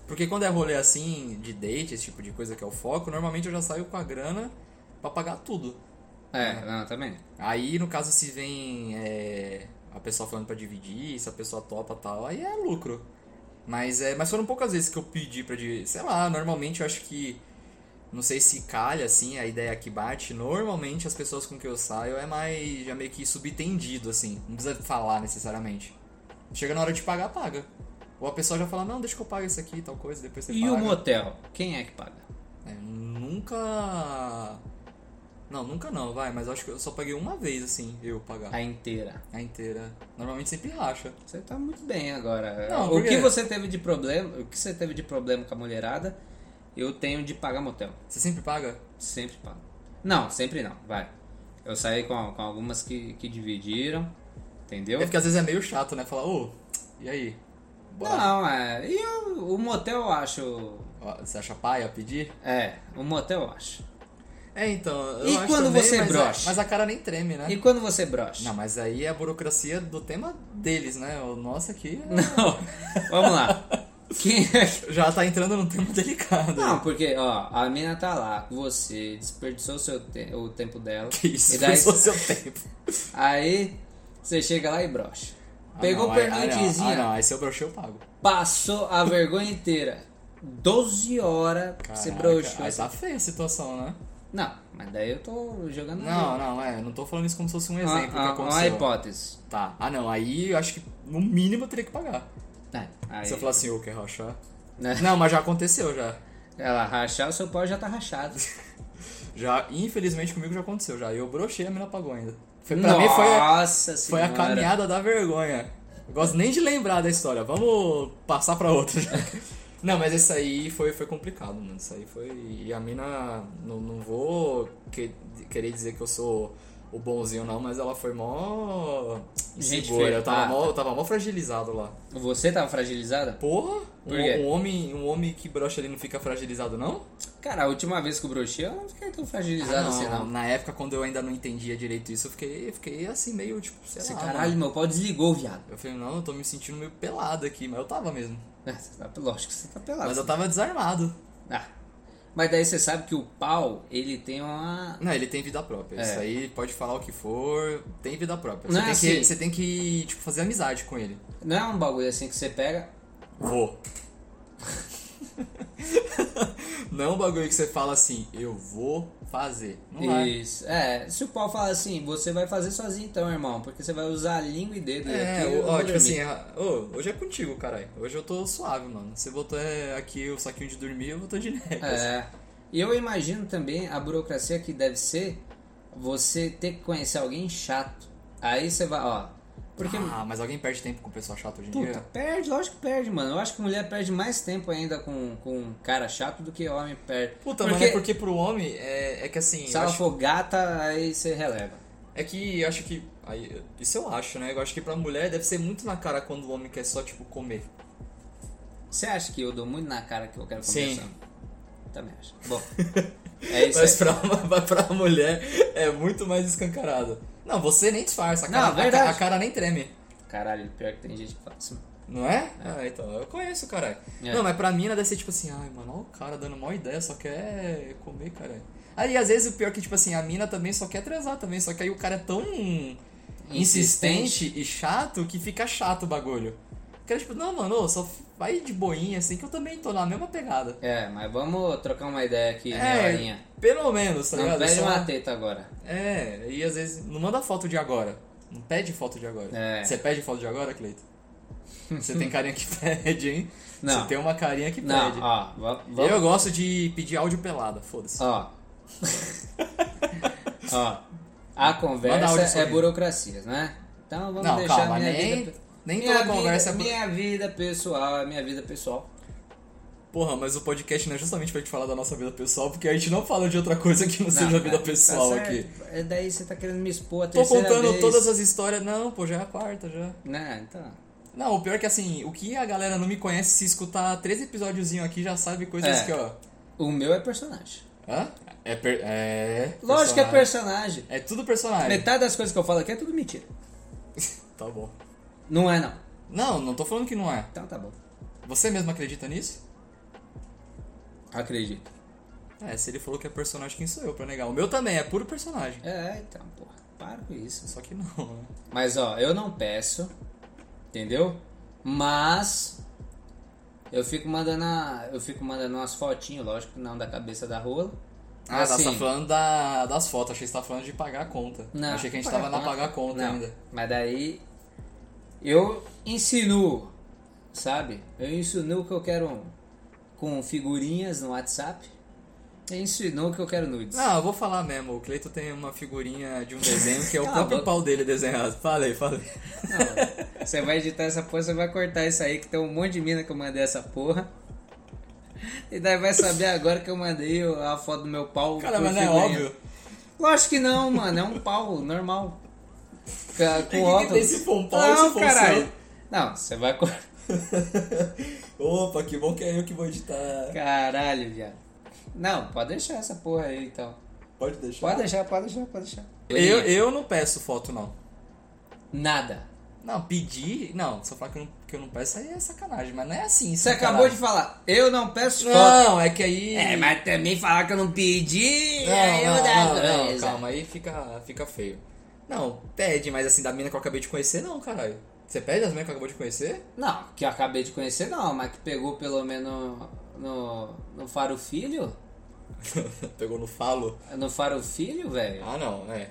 Porque quando é rolê assim, de date, esse tipo de coisa que é o foco, normalmente eu já saio com a grana pra pagar tudo. É, não, também. Aí, no caso, se vem é, a pessoa falando pra dividir, se a pessoa topa e tal, aí é lucro. Mas, é, mas foram poucas vezes que eu pedi pra dividir. Sei lá, normalmente eu acho que. Não sei se calha, assim, a ideia que bate. Normalmente as pessoas com que eu saio é mais. já meio que subtendido, assim. Não precisa falar necessariamente. Chega na hora de pagar, paga. Ou a pessoa já fala, não, deixa que eu pago isso aqui, tal coisa, depois você E paga. o motel? Quem é que paga? É, nunca. Não, nunca não, vai, mas eu acho que eu só paguei uma vez, assim, eu pagar. A inteira. A inteira. Normalmente sempre racha. Você tá muito bem agora. Não, o por que quê? você teve de problema, o que você teve de problema com a mulherada, eu tenho de pagar motel. Você sempre paga? Sempre pago. Não, sempre não, vai. Eu saí com, com algumas que, que dividiram, entendeu? É porque às vezes é meio chato, né? Falar, ô, e aí? Bora. Não, é. E o, o motel eu acho. Ó, Você acha paia pedir? É, o motel eu acho. É, então. Eu E acho quando também, você mas, é- brocha? mas a cara nem treme, né? E quando você brocha? Não, mas aí é a burocracia do tema deles, né? O nosso aqui é- Não. Vamos lá. Quem é que. já tá entrando num tema delicado. Não, porque, ó, a mina tá lá com você, desperdiçou seu te- o tempo dela. Que isso, E daí, foi só seu tempo. aí você chega lá e brocha. Pegou o o Ah, permanentezinho, não, aí se eu brochei, eu pago. passou a vergonha inteira. 12 horas você Caraca, broxou. Aí tá feia a situação, né? Não, mas daí eu tô jogando um Não, não, é. Não tô falando isso como se fosse um uma, exemplo uma, que uma aconteceu. hipótese. tá. Ah, não. Aí eu acho que no mínimo eu teria que pagar. É, aí- Se eu falar assim, ô, quer rachar? Né? Não, mas já aconteceu já. Ela rachar, o seu pau já tá rachado. Já, infelizmente comigo já aconteceu já. Eu brochei, a mina pagou ainda. Foi, pra mim foi, a- Nossa foi senhora. a caminhada da vergonha. Eu gosto nem de lembrar da história. Vamos passar pra outra. Não, mas isso aí foi, foi complicado, mano. Isso aí foi. E a mina. Não, não vou que- querer dizer que eu sou o bonzinho, não, mas ela foi mó. Gente insegura. Eu tava feia. mó, eu tava mó fragilizado lá. Você tava fragilizada? Porra! Por um, quê? um homem, um homem que brocha ele não fica fragilizado, não? Ah, Cara, a última vez que eu brochei, eu não fiquei tão fragilizado assim, não. Na época, quando eu ainda não entendia direito isso, eu fiquei, eu fiquei assim, meio tipo, sei Esse lá. caralho, mano. meu pau desligou, viado. Eu falei, não, eu tô me sentindo meio pelado aqui, mas eu tava mesmo. Ah, você tá- lógico que você tá pelado. Mas eu tava desarmado. Ah. Mas daí você sabe que o pau, ele tem uma. Não, ele tem vida própria. É. Isso aí pode falar o que for, tem vida própria. Você, Não é tem, assim. que, você tem que, tipo, fazer amizade com ele. Não é um bagulho assim que você pega. Vou. Não é um bagulho que você fala assim, eu vou fazer. Não vai. Isso. É, se o pau fala assim, você vai fazer sozinho então, irmão, porque você vai usar língua e dedo. e É, aqui eu vou ó, tipo dormir. assim, ah, ô, hoje é contigo, caralho. Hoje eu tô suave, mano. Você botou é, aqui o saquinho de dormir, eu botou de negas. É. E eu imagino também a burocracia que deve ser você ter que conhecer alguém chato. Aí você vai, ó. Porque. Ah, é. mas alguém perde tempo com o pessoal chato hoje em Puta, dia? perde, lógico que perde, mano. Eu acho que mulher perde mais tempo ainda com, com cara chato do que homem perde. Puta, porque mas é porque pro homem é, é que assim. se eu ela acho- for gata, aí você releva. É que eu acho que. aí, isso eu acho, né? Eu acho que pra mulher deve ser muito na cara quando o homem quer só, tipo, comer. Você acha que eu dou muito na cara que eu quero Sim. conversar? Também acho. Bom, é isso Mas aí. pra, uma- pra mulher é muito mais escancarado. Não, você nem disfarça, a Não, cara, a ca- verdade. a cara nem treme. Caralho, pior que tem gente que fala assim. Não é? Ah, então, eu conheço, caralho. É. Não, mas pra mim deve ser tipo assim, ai, mano, olha o cara dando mó ideia, só quer comer, caralho. Aí às vezes o pior é que, tipo assim, a mina também só quer transar também, só que aí o cara é tão insistente e chato que fica chato o bagulho. O cara, tipo, não, mano, ô, só vai de boinha assim que eu também tô na mesma pegada. É, mas vamos trocar uma ideia aqui, né, É, horinha? Pelo menos, tá Não ligado? perde Só- uma teta agora. É, e às vezes não manda foto de agora. Não pede foto de agora. É. Você pede foto de agora, Cleiton? Você tem carinha que pede, hein? Não. Você tem uma carinha que Não, pede. ó, va- vamos. Eu gosto de pedir áudio pelada, foda-se. Ó. ó. A Manda áudio conversa é sorrindo. burocracia, né? Então vamos não, deixar calma, minha nem, vida. nem minha, toda vida conversa é. minha vida pessoal, é minha vida pessoal. Porra, mas o podcast não é justamente pra gente falar da nossa vida pessoal, porque a gente não fala de outra coisa que não, seja a vida tá- pessoal tá aqui. certo. É daí você tá querendo me expor a Tô terceira contando vez. todas as histórias. Não, pô, já é a quarta já. Né, então. Não, o pior é que assim, o que a galera não me conhece, se escutar três episódiozinho aqui, já sabe coisas É. que, ó. O meu é personagem. Hã? É. Per... É. Lógico que é personagem. personagem. É tudo personagem. Metade das coisas que eu falo aqui é tudo mentira. Tá bom. Não é, não. Não, não tô falando que não é. Então tá bom. Você mesmo acredita nisso? Acredito. É, se ele falou que é personagem, quem sou eu pra negar? O meu também, é puro personagem. É, então, porra. Para com isso. Só que não, né? Mas ó, eu não peço, entendeu? Mas eu fico mandando a, eu fico mandando umas fotinhas, lógico, não da cabeça da rola. Ah, Assim, você tá falando da- das fotos, achei que você tá falando de pagar a conta. não, achei que a gente pagar tava na pagar a conta Não, ainda. Mas daí eu insinuo, sabe? Eu insinuo que eu quero um- com figurinhas no WhatsApp. Eu insinuo que eu quero nudes. Não, eu vou falar mesmo, o Cleito tem uma figurinha de um desenho que é o Cala a próprio boca. pau dele desenhado. Falei, falei. Não, Você vai editar essa porra, você vai cortar isso aí, que tem um monte de mina que eu mandei essa porra. E daí vai saber agora que eu mandei a foto do meu pau. Cara, por mas não é figurinha. óbvio. Lógico que não, mano. É um pau normal. Ca- E Com que óculos. tem se for um pau, não, se for um caralho. céu? Não, você vai cortar. Opa, que bom que é eu que vou editar. Caralho, viado. Não, pode deixar essa porra aí então. Pode deixar. Pode deixar, pode deixar, pode deixar. Eu, eu não peço foto, não. Nada. Não, pedir. Não, só falar que eu não, que eu não peço aí é sacanagem, mas não é assim. Você acabou de falar, eu não peço foto. Não, é que aí. É, mas também falar que eu não pedi. Não, é não, outra não, não, coisa. calma, aí fica, fica feio. Não, pede, mas assim, da mina que eu acabei de conhecer, não, caralho. Você pede as minas que eu acabei de conhecer? Não, que eu acabei de conhecer não, mas que pegou pelo menos no, no Faro Filho. Pegou no falo? No Faro Filho, velho. Ah, não, é.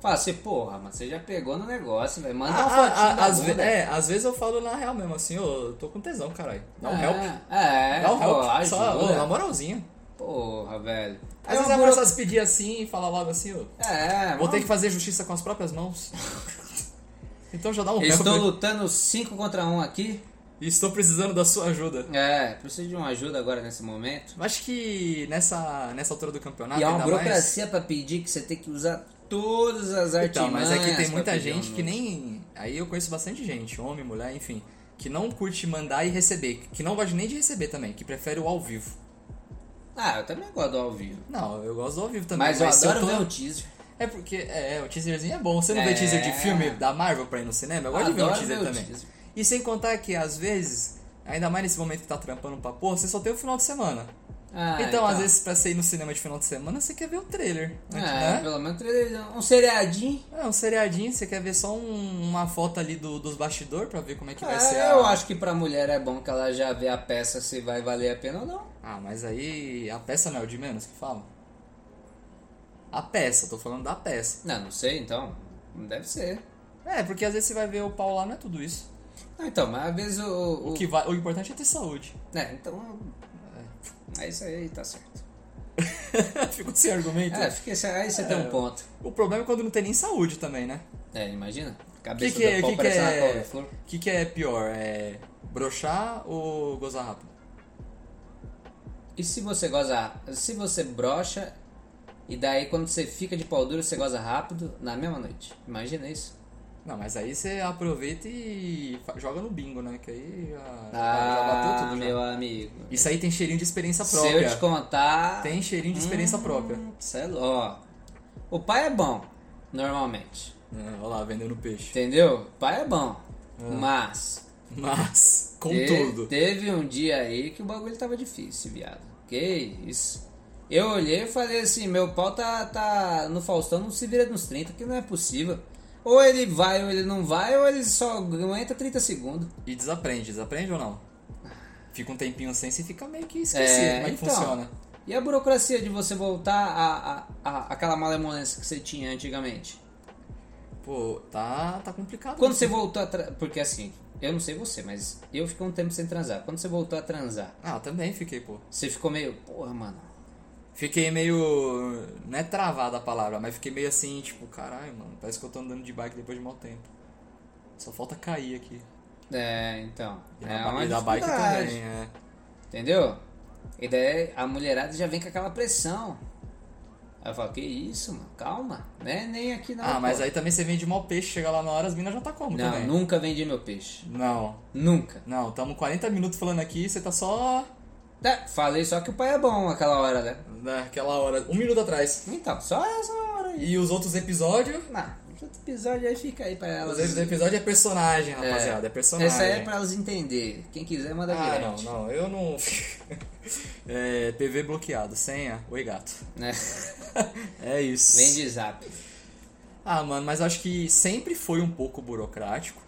Fala assim, porra, mas você já pegou no negócio, velho. Manda uma Ah, fotinha né? ah, da às ve- bunda. é, às vezes eu falo na real mesmo, assim, ô, eu tô com tesão, caralho. Dá um É, help. É, Dá um pô, help. ajuda. Só, ô, na moralzinha. Porra, velho. Às É vezes uma a buro- moça se pedir assim e falar logo assim, ô. É, Vou vamos- ter que fazer justiça com as próprias mãos. Então já dá um Estou help. lutando 5 contra 1 um aqui. E Estou precisando da sua ajuda. É, preciso de uma ajuda agora nesse momento. Eu Acho que nessa, nessa altura do campeonato e há uma ainda mais. burocracia pra pedir que você tem que usar todas as Então, artimanhas. mas é que tem pra muita pedir um gente que nude. nem. Aí eu conheço bastante gente, homem, mulher, enfim, que não curte mandar e receber, que não gosta nem de receber também, que prefere o ao vivo. Ah, eu também gosto do ao vivo. Não, eu gosto do ao vivo também. Mas eu se adoro tô- ver o teaser. É porque, é, o teaserzinho é bom. Você não É. vê teaser de filme da Marvel pra ir no cinema? Eu gosto de ver o Adoro teaser ver o também. teaser. E sem contar que, às vezes, ainda mais nesse momento que tá trampando pra porra, você só tem o final de semana. Ah, então, às vezes, pra você ir no cinema de final de semana, você quer ver o trailer. Ah, né? pelo menos televisão. um seriadinho. É, um seriadinho, você quer ver só um- uma foto ali do, dos bastidores pra ver como é que vai Ah, ser. eu a... acho que pra mulher é bom que ela já vê a peça se vai valer a pena ou não. Ah, mas aí a peça não é o de menos que fala? A peça, tô falando da peça. Não, não sei, então. Não deve ser. É, porque às vezes você vai ver o pau lá, não é tudo isso. Ah, então, mas às vezes o. O, que vai, o importante é ter saúde. É, então. É isso aí, tá certo. Ficou sem argumento. É, fiquei, sem- aí você tem um ponto. O problema é quando não tem nem saúde também, né? É, imagina. O que, Cabeça que, é- do pau que, que, parecendo uma é, couve-flor. que, que é pior? É brochar ou gozar rápido? E se você goza. Se você brocha, e daí quando você fica de pau duro, você goza rápido na mesma noite. Imagina isso. Não, mas aí você aproveita e fa- joga no bingo, né? Que aí já, já Ah, bateu tudo. Já. meu amigo. Isso aí tem cheirinho de experiência Se eu própria. te contar. Tem cheirinho de experiência própria. Cê é lou- ó. O pai é bom, normalmente. Ah, olha lá, vendendo peixe. Entendeu? O pai é bom. Ah. Mas. Mas, te- contudo. Teve um dia aí que o bagulho tava difícil, viado. Que isso. Eu olhei e falei assim: meu pau tá, tá no Faustão, não se vira nos 30, que não é possível. Ou ele vai, ou ele não vai, ou ele só aguenta 30 segundos. E desaprende, desaprende ou não? Fica um tempinho sem, você fica meio que esquecido como é que então. funciona. E a burocracia de você voltar a, a, a- aquela malemolência que você tinha antigamente? Pô, tá, tá complicado. Quando né? você voltou a transar. Porque assim, eu não sei você, mas eu fiquei um tempo sem transar. Quando você voltou a transar, Ah, também fiquei, pô. você ficou meio. Porra, mano. Fiquei meio. Não é travada a palavra, mas fiquei meio assim, tipo, caralho, mano, parece que eu tô andando de bike depois de mau tempo. Só falta cair aqui. É, então. E, é na, ba- uma e da bike dificuldade, também, é. Entendeu? E daí a mulherada já vem com aquela pressão. Aí eu falo, que isso, mano? Calma. Né? Nem aqui não. Ah, mas pô. aí também você vende mau peixe, chega lá na hora, as minas já tá como Não, também. nunca vendi meu peixe. Não, Nunca. não, tamo 40 minutos falando aqui, você tá só. Tá, falei só que o pai é bom aquela hora, né? Naquela hora, um minuto atrás. Então, só essa hora aí. E os outros episódios. Não, esse episódio aí fica aí pra elas. Os outros episódios é personagem, rapaziada, é, personagem. Essa aí é pra elas entenderem. Quem quiser, manda Ah, não, direct. não, eu não. é, PV bloqueado, senha, oi gato. Né? É isso. Vem de zap. Ah, mano, mas acho que sempre foi um pouco burocrático.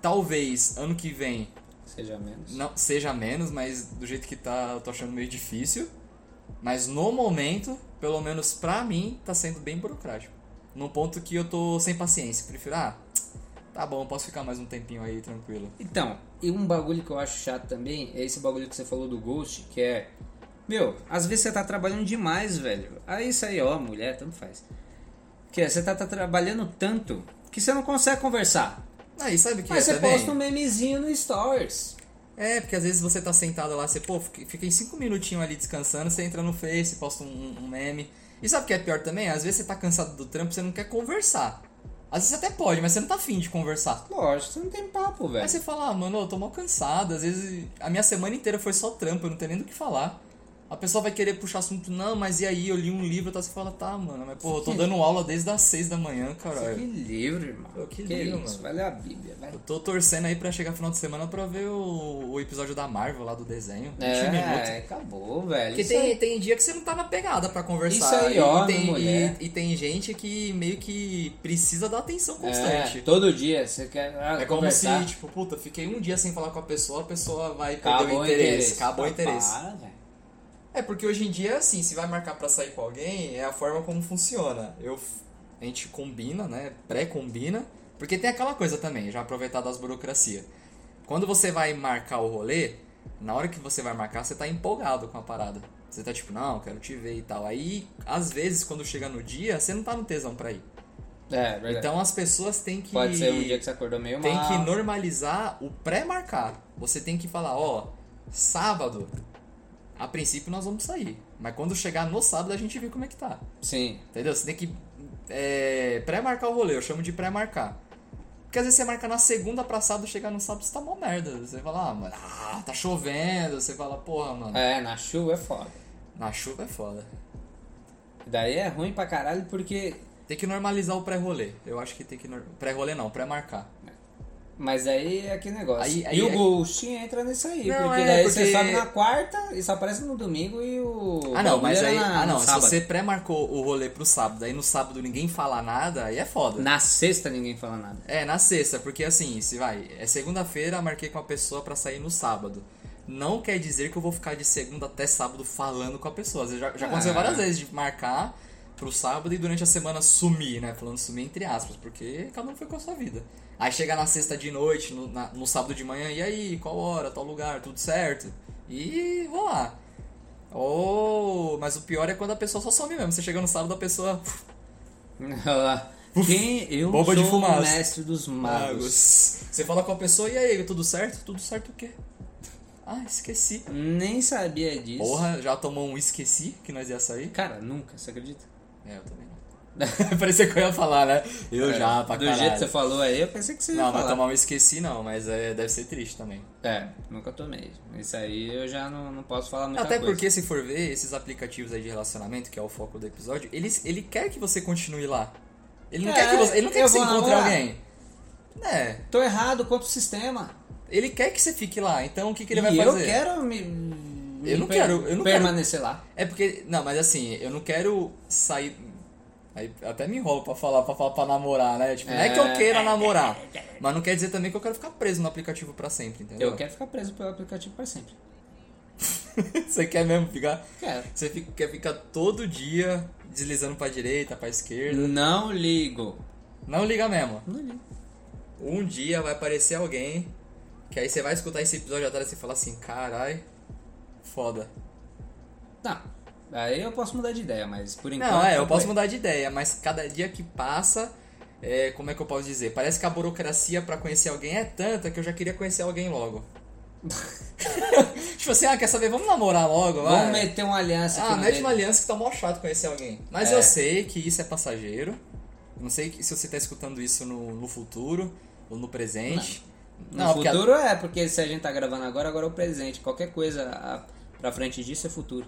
Talvez ano que vem Seja menos. não seja menos, mas do jeito que tá, eu tô achando meio difícil. Mas no momento, pelo menos pra mim, tá sendo bem burocrático. Num ponto que eu tô sem paciência. Prefiro, ah, tá bom, posso ficar mais um tempinho aí tranquilo. Então, e um bagulho que eu acho chato também é esse bagulho que você falou do Ghost, que é. Meu, às vezes você tá trabalhando demais, velho. Aí isso aí, ó, mulher, tanto faz. Que é, você tá, tá trabalhando tanto que você não consegue conversar. Ah, e sabe o que Mas é você também? posta um memezinho no Stories. É, porque às vezes você tá sentado lá, você, pô, fica fica em cinco minutinhos ali descansando, você entra no Face, posta um, um meme. E sabe o que é pior também? Às vezes você tá cansado do trampo, você não quer conversar. Às vezes você até pode, mas você não tá afim de conversar. Lógico, você não tem papo, velho. Aí você fala, ah, mano, eu tô mal cansado, às vezes a minha semana inteira foi só trampo, eu não tenho nem do que falar. A pessoa vai querer puxar assunto, não, mas e aí, eu li um livro, tá? Você fala, tá, mano, mas pô, eu tô dando aula desde as seis da manhã, Que caralho. livro, irmão. Pô, que livro, isso, mano. Vai ler a Bíblia, vai. Eu tô torcendo aí pra chegar final de semana pra ver o, o episódio da Marvel lá do desenho. 20 minutos. É, acabou, velho. Porque Isso é tem, aí- tem dia que você não tá na pegada pra conversar. Isso aí, e, ó, tem, minha mulher. E, e tem gente que meio que precisa da atenção É, constante. todo dia você quer ah, É, como se, conversar. tipo, puta, fiquei um dia sem falar com a pessoa, a pessoa vai perder acabou o interesse. Acabou Acabou o interesse. Para, velho. É, porque hoje em dia, assim, se vai marcar pra sair com alguém, é a forma como funciona. Eu, f- a gente combina, né? Pré-combina. Porque tem aquela coisa também, já aproveitar das burocracias. Quando você vai marcar o rolê, na hora que você vai marcar, você tá empolgado com a parada. Você tá tipo, não, quero te ver e tal. Aí, às vezes, quando chega no dia, você não tá no tesão pra ir. É, verdade. Então as pessoas têm que. Pode ser um dia que você acordou meio Tem mal. que normalizar o pré-marcar. Você tem que falar, ó, sábado, a princípio nós vamos sair. Mas quando chegar no sábado a gente vê como é que tá. Sim. Entendeu? Você tem que é, pré-marcar o rolê, eu chamo de pré-marcar. Porque às vezes você marca na segunda pra sábado, chegar no sábado, você tá mó merda. Você fala, ah, mano, ah, tá chovendo. Você fala, porra, mano, É, na chuva é foda. na chuva é foda. Daí é ruim pra caralho porque. Tem que normalizar o pré-rolê. Eu acho que tem que. nor- Pré-rolê não, pré-marcar. Mas aí é que negócio. Aí- aí e o é- gostinho entra nisso aí, Não, porque é, daí porque- você sobe na quarta e só aparece no domingo e o. Ah não, bagulho mas é aí. na- ah no não, se sábado. você pré-marcou o rolê pro sábado, aí no sábado ninguém fala nada, aí é foda. Na sexta ninguém fala nada. É, na sexta, porque assim, se vai, é segunda-feira, marquei com a pessoa pra sair no sábado. Não quer dizer que eu vou ficar de segunda até sábado falando com a pessoa. Às vezes Já, já aconteceu Ah. várias vezes de marcar pro sábado e durante a semana sumir, né? Falando sumir entre aspas, porque cada um foi com a sua vida. Aí chega na sexta de noite, no, na- no sábado de manhã, e aí, qual hora, tal lugar, tudo certo? E vou lá. Oh, mas o pior é quando a pessoa só some mesmo. Você chega no sábado, a pessoa. Olha lá. Quem eu Bomba de sou o fumaça. mestre dos magos. Magos. Você fala com a pessoa, e aí, tudo certo? Tudo certo o quê? Ah, esqueci. Nem sabia disso. Porra, já tomou um esqueci que nós ia sair? Cara, nunca, você acredita? É, eu também não. Parecia que eu ia falar, né? Eu já, pra É, Do caralho. jeito que você falou aí, eu pensei que você ia Não, mas falar. tomar um esqueci não, mas é, deve ser triste também. É, nunca tomei. Isso aí eu já não, não posso falar muita Até coisa. porque, se for ver, esses aplicativos aí de relacionamento, que é o foco do episódio, eles, ele quer que você continue lá. Ele não É, quer que você, ele não quer eu que você vou encontre namorar. alguém. É, Tô errado contra o sistema. ele quer que você fique lá, então o que, que ele e vai eu fazer? quero me. me Eu não quero- eu não quero- permanecer lá. É porque. Não, mas assim, eu não quero sair. Aí até me enrolo pra falar, pra falar pra namorar, né? Tipo, não é que eu É. queira namorar. Mas não quer dizer também que eu quero ficar preso no aplicativo pra sempre, entendeu? Eu quero ficar preso pelo aplicativo pra sempre. Você quer mesmo ficar. Quero. Você fica- quer ficar todo dia deslizando pra direita, pra esquerda. Não ligo. Não liga mesmo. Não ligo. Um dia vai aparecer alguém. Que aí você vai escutar esse episódio atrás e você fala assim, carai, foda. Tá. Aí eu posso mudar de ideia, mas por enquanto. Não, é, eu posso tô- mudar de ideia, mas cada dia que passa, é, como é que eu posso dizer? Parece que a burocracia pra conhecer alguém é tanta que eu já queria conhecer alguém logo. tipo assim, ah, quer saber? Vamos namorar logo, vai. Vamos meter uma aliança aqui. ah, no mete meio. uma aliança que tá mó chato conhecer alguém. Mas É. eu sei que isso é passageiro. Não sei que- se você tá escutando isso no, no futuro ou no presente. No porque a- futuro é, porque se a gente tá gravando agora, agora é o presente. Qualquer coisa a- pra frente disso é futuro.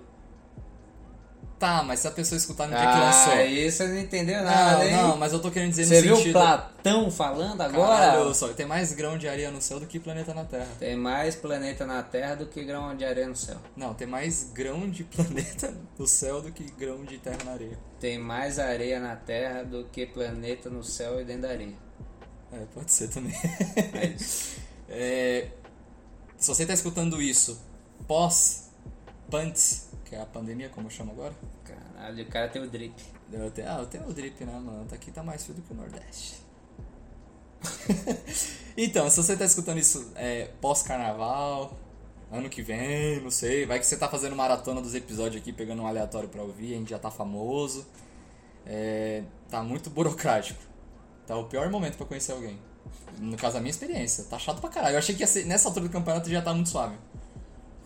tá, mas se a pessoa escutar no dia que lançou. Ah, isso você não entendeu nada, hein? Não, não, mas eu tô querendo dizer Você no viu sentido. Platão falando agora? Caralho, só tem mais grão de areia no céu do que planeta na Terra. tá Tem mais planeta na Terra do que grão de areia no céu. Não, tem mais grão de planeta no céu do que grão de terra na areia. Tem mais areia na Terra do que planeta no céu e dentro da areia. É, pode ser também. É isso. É, se você tá escutando isso pós pants, que é a pandemia, como eu chamo agora. Caralho, o cara tem o drip. Eu tenho, ah, eu tenho o drip, né, mano? Tá Aqui tá mais frio do que o Nordeste. então, se você tá escutando isso é, pós-carnaval, ano que vem, não sei, vai que você tá fazendo maratona dos episódios aqui, pegando um aleatório pra ouvir, a gente já tá famoso. É, tá muito burocrático. Tá o pior momento pra conhecer alguém. No caso, a minha experiência. Tá chato pra caralho. Eu achei que ia ser- nessa altura do campeonato já tá muito suave.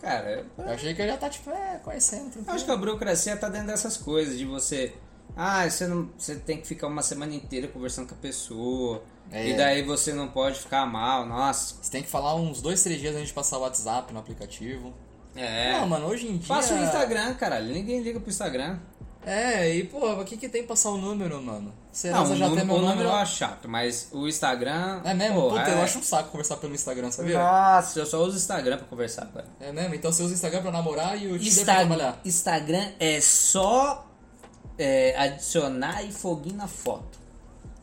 Cara, eu- Eu achei que eu já tá, tipo, é, conhecendo, eu tranquilo. acho que a burocracia tá dentro dessas coisas, de você. Ah, você, não, você tem que ficar uma semana inteira conversando com a pessoa. É. E daí você não pode ficar mal, nossa. Você tem que falar uns dois, três dias antes de passar o WhatsApp no aplicativo. É. Não, mano, hoje em dia. Faça o Instagram, caralho. Ninguém liga pro Instagram. É, e pô, o que que tem passar o número, mano? Será Não, que Ah, o, já tem número, meu o número número? eu acho chato, mas o Instagram. É mesmo? porra, Puta, eu é. acho um saco conversar pelo Instagram, sabia? Nossa, eu só uso o Instagram pra conversar, cara. É mesmo? Então você usa o Instagram pra namorar e o Tinder pra Insta trabalhar. Instagram é só é, adicionar e foguinho na foto.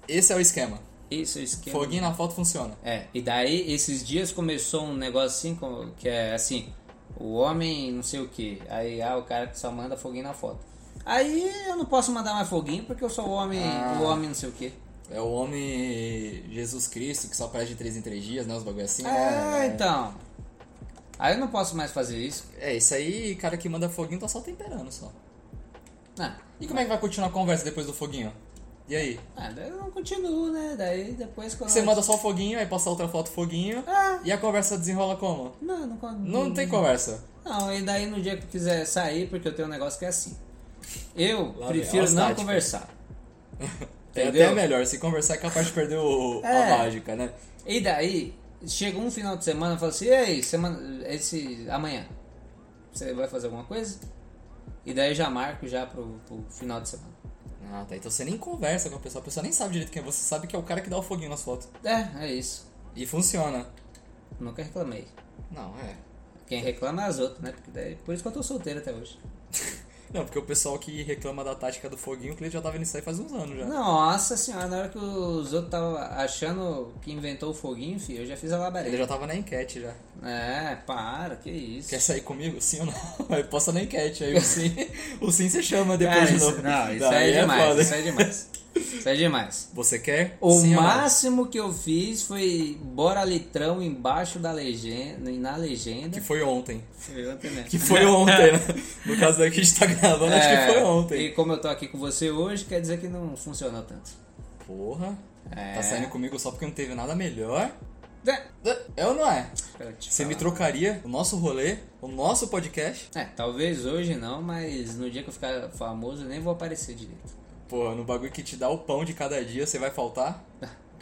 Esse é o esquema. Esse é o esquema. Foguinho na foto funciona. É, e daí esses dias começou um negócio assim, como- que é assim, o homem não sei o que, aí ah, o cara que só manda foguinho na foto. Aí eu não posso mandar mais foguinho porque eu sou o homem, Ah. o homem não sei o que. É o homem Jesus Cristo que só perde de três em três dias, né? Os bagulho assim, É, né? então. Aí eu não posso mais fazer isso. É, isso aí, cara que manda foguinho tá só temperando só. Ah, E como é que vai continuar a conversa depois do foguinho? E aí? ah, daí eu não continuo, né? Daí depois quando. Você manda só o foguinho, aí passa outra foto foguinho. Ah, E a conversa desenrola como? não, não, con- Não tem conversa. Não, e daí no dia que eu quiser sair, porque eu tenho um negócio que é assim. Eu vem, prefiro olha não as táticas. conversar. É Entendeu? até melhor, se conversar é capaz de perder o- É. a mágica, né? E daí, chega um final de semana e fala assim, e aí, semana, esse, amanhã, você vai fazer alguma coisa? E daí já marco já pro, pro final de semana. Ah, tá. Então você nem conversa com a pessoa, a pessoa nem sabe direito quem é você, sabe que é o cara que dá o foguinho nas fotos. É, é isso. E funciona. Nunca reclamei. Não, é. Quem reclama é as outras, né? Porque daí- por isso que eu tô solteiro até hoje. Não, porque o pessoal que reclama da tática do foguinho, o cliente já tava nisso aí faz uns anos já. Nossa senhora, na hora que os outros estavam achando que inventou o foguinho, filho, eu já fiz a Ele labareda. já tava na enquete já. É, para, que isso. Quer sair comigo? Sim ou não? Aí posta na enquete, aí o sim, o sim você chama depois Cara, de É isso- novo. não, isso Daí aí é demais, foda. isso aí é demais. Isso aí é demais. é Você quer? O Sim ou não? máximo que eu fiz foi bora litrão embaixo da legenda, na legenda. Que foi ontem. Foi ontem, né? Que foi ontem, né? No caso daqui a gente tá gravando, acho que É, foi ontem. E como eu tô aqui com você hoje, quer dizer que não funcionou tanto. Porra. É. Tá saindo comigo só porque não teve nada melhor? É, É ou não é? espera te Você me falar. trocaria o nosso rolê, o nosso podcast? É, talvez hoje não, mas no dia que eu ficar famoso eu nem vou aparecer direito. Porra, no bagulho que te dá o pão de cada dia, você vai faltar?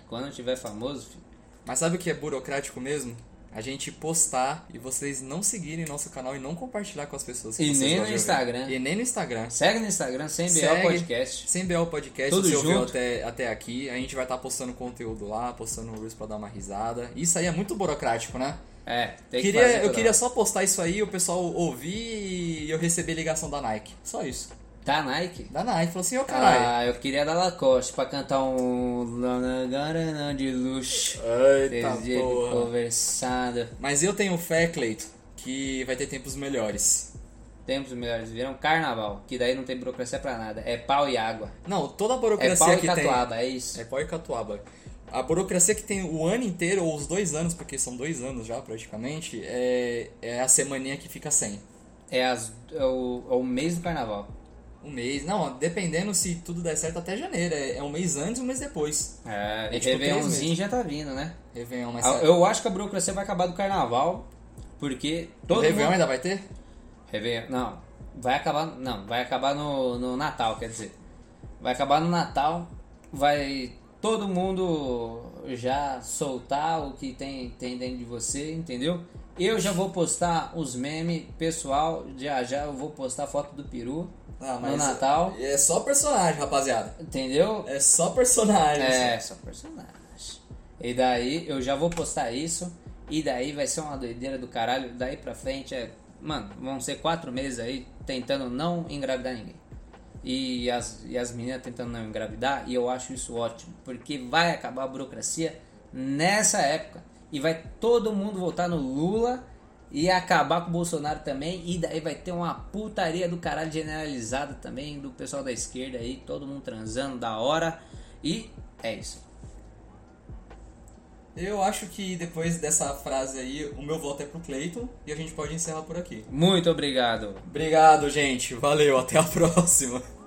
Quando eu tiver famoso, filho, Mas sabe o que é burocrático mesmo? A gente postar e vocês não seguirem nosso canal e não compartilhar com as pessoas. que E vocês nem gostam no de ouvir. Instagram. E nem no Instagram. segue no Instagram sem BL Segue. Podcast. Sem BL Podcast, Tudo você ouviu junto. até, até aqui. A gente vai estar postando conteúdo lá, postando Reels pra dar uma risada. Isso aí é muito burocrático, né? É, tem que Queria- fazer eu toda queria hora. só postar isso aí, o pessoal ouvir e eu receber ligação da Nike. Só isso. Tá Nike? Da Nike. Falou assim, ô caralho. Ah, eu queria dar Lacoste pra cantar um Lanagarana de luxo. Desde Eita porra. conversado. Mas eu tenho fé, Cleito, que vai ter tempos melhores. Tempos melhores viram carnaval, que daí não tem burocracia pra nada. É pau e água. Não, toda a É burocracia pau e que tem. catuaba, é isso. É pau e catuaba. A burocracia que tem o ano inteiro, ou os dois anos, porque são dois anos já praticamente, é, é a semaninha que fica sem. É, as, é, o, é o mês do carnaval. Um mês, não, dependendo se tudo der certo até janeiro. É, é um mês antes e um mês depois. É, É e tipo três Réveillonzinho já tá vindo, né? Réveillon, mas. Ah, será- Eu acho que a burocracia vai acabar do carnaval, porque todo Réveillon é mundo... ainda vai ter? Réveillon, não. Vai acabar, não, vai acabar no, no Natal, quer dizer. Vai acabar no Natal, vai todo mundo já soltar o que tem, tem dentro de você, entendeu? Eu já vou postar os memes, pessoal, já já eu vou postar foto do peru Ah, no Natal, É só personagem, rapaziada. entendeu? É só personagem. assim. É, só personagem. E daí eu já vou postar isso. E daí vai ser uma doideira do caralho. Daí pra frente é. Mano, vão ser quatro meses aí tentando não engravidar ninguém. E as, e as meninas tentando não engravidar. E eu acho isso ótimo. Porque vai acabar a burocracia nessa época. E vai todo mundo voltar no Lula. E acabar com o Bolsonaro também. E daí vai ter uma putaria do caralho generalizada também. Do pessoal da esquerda aí. Todo mundo transando da hora. E é isso. Eu acho que depois dessa frase aí, o meu voto é pro Cleiton e a gente pode encerrar por aqui. Muito obrigado. Obrigado, gente. Valeu, até a próxima.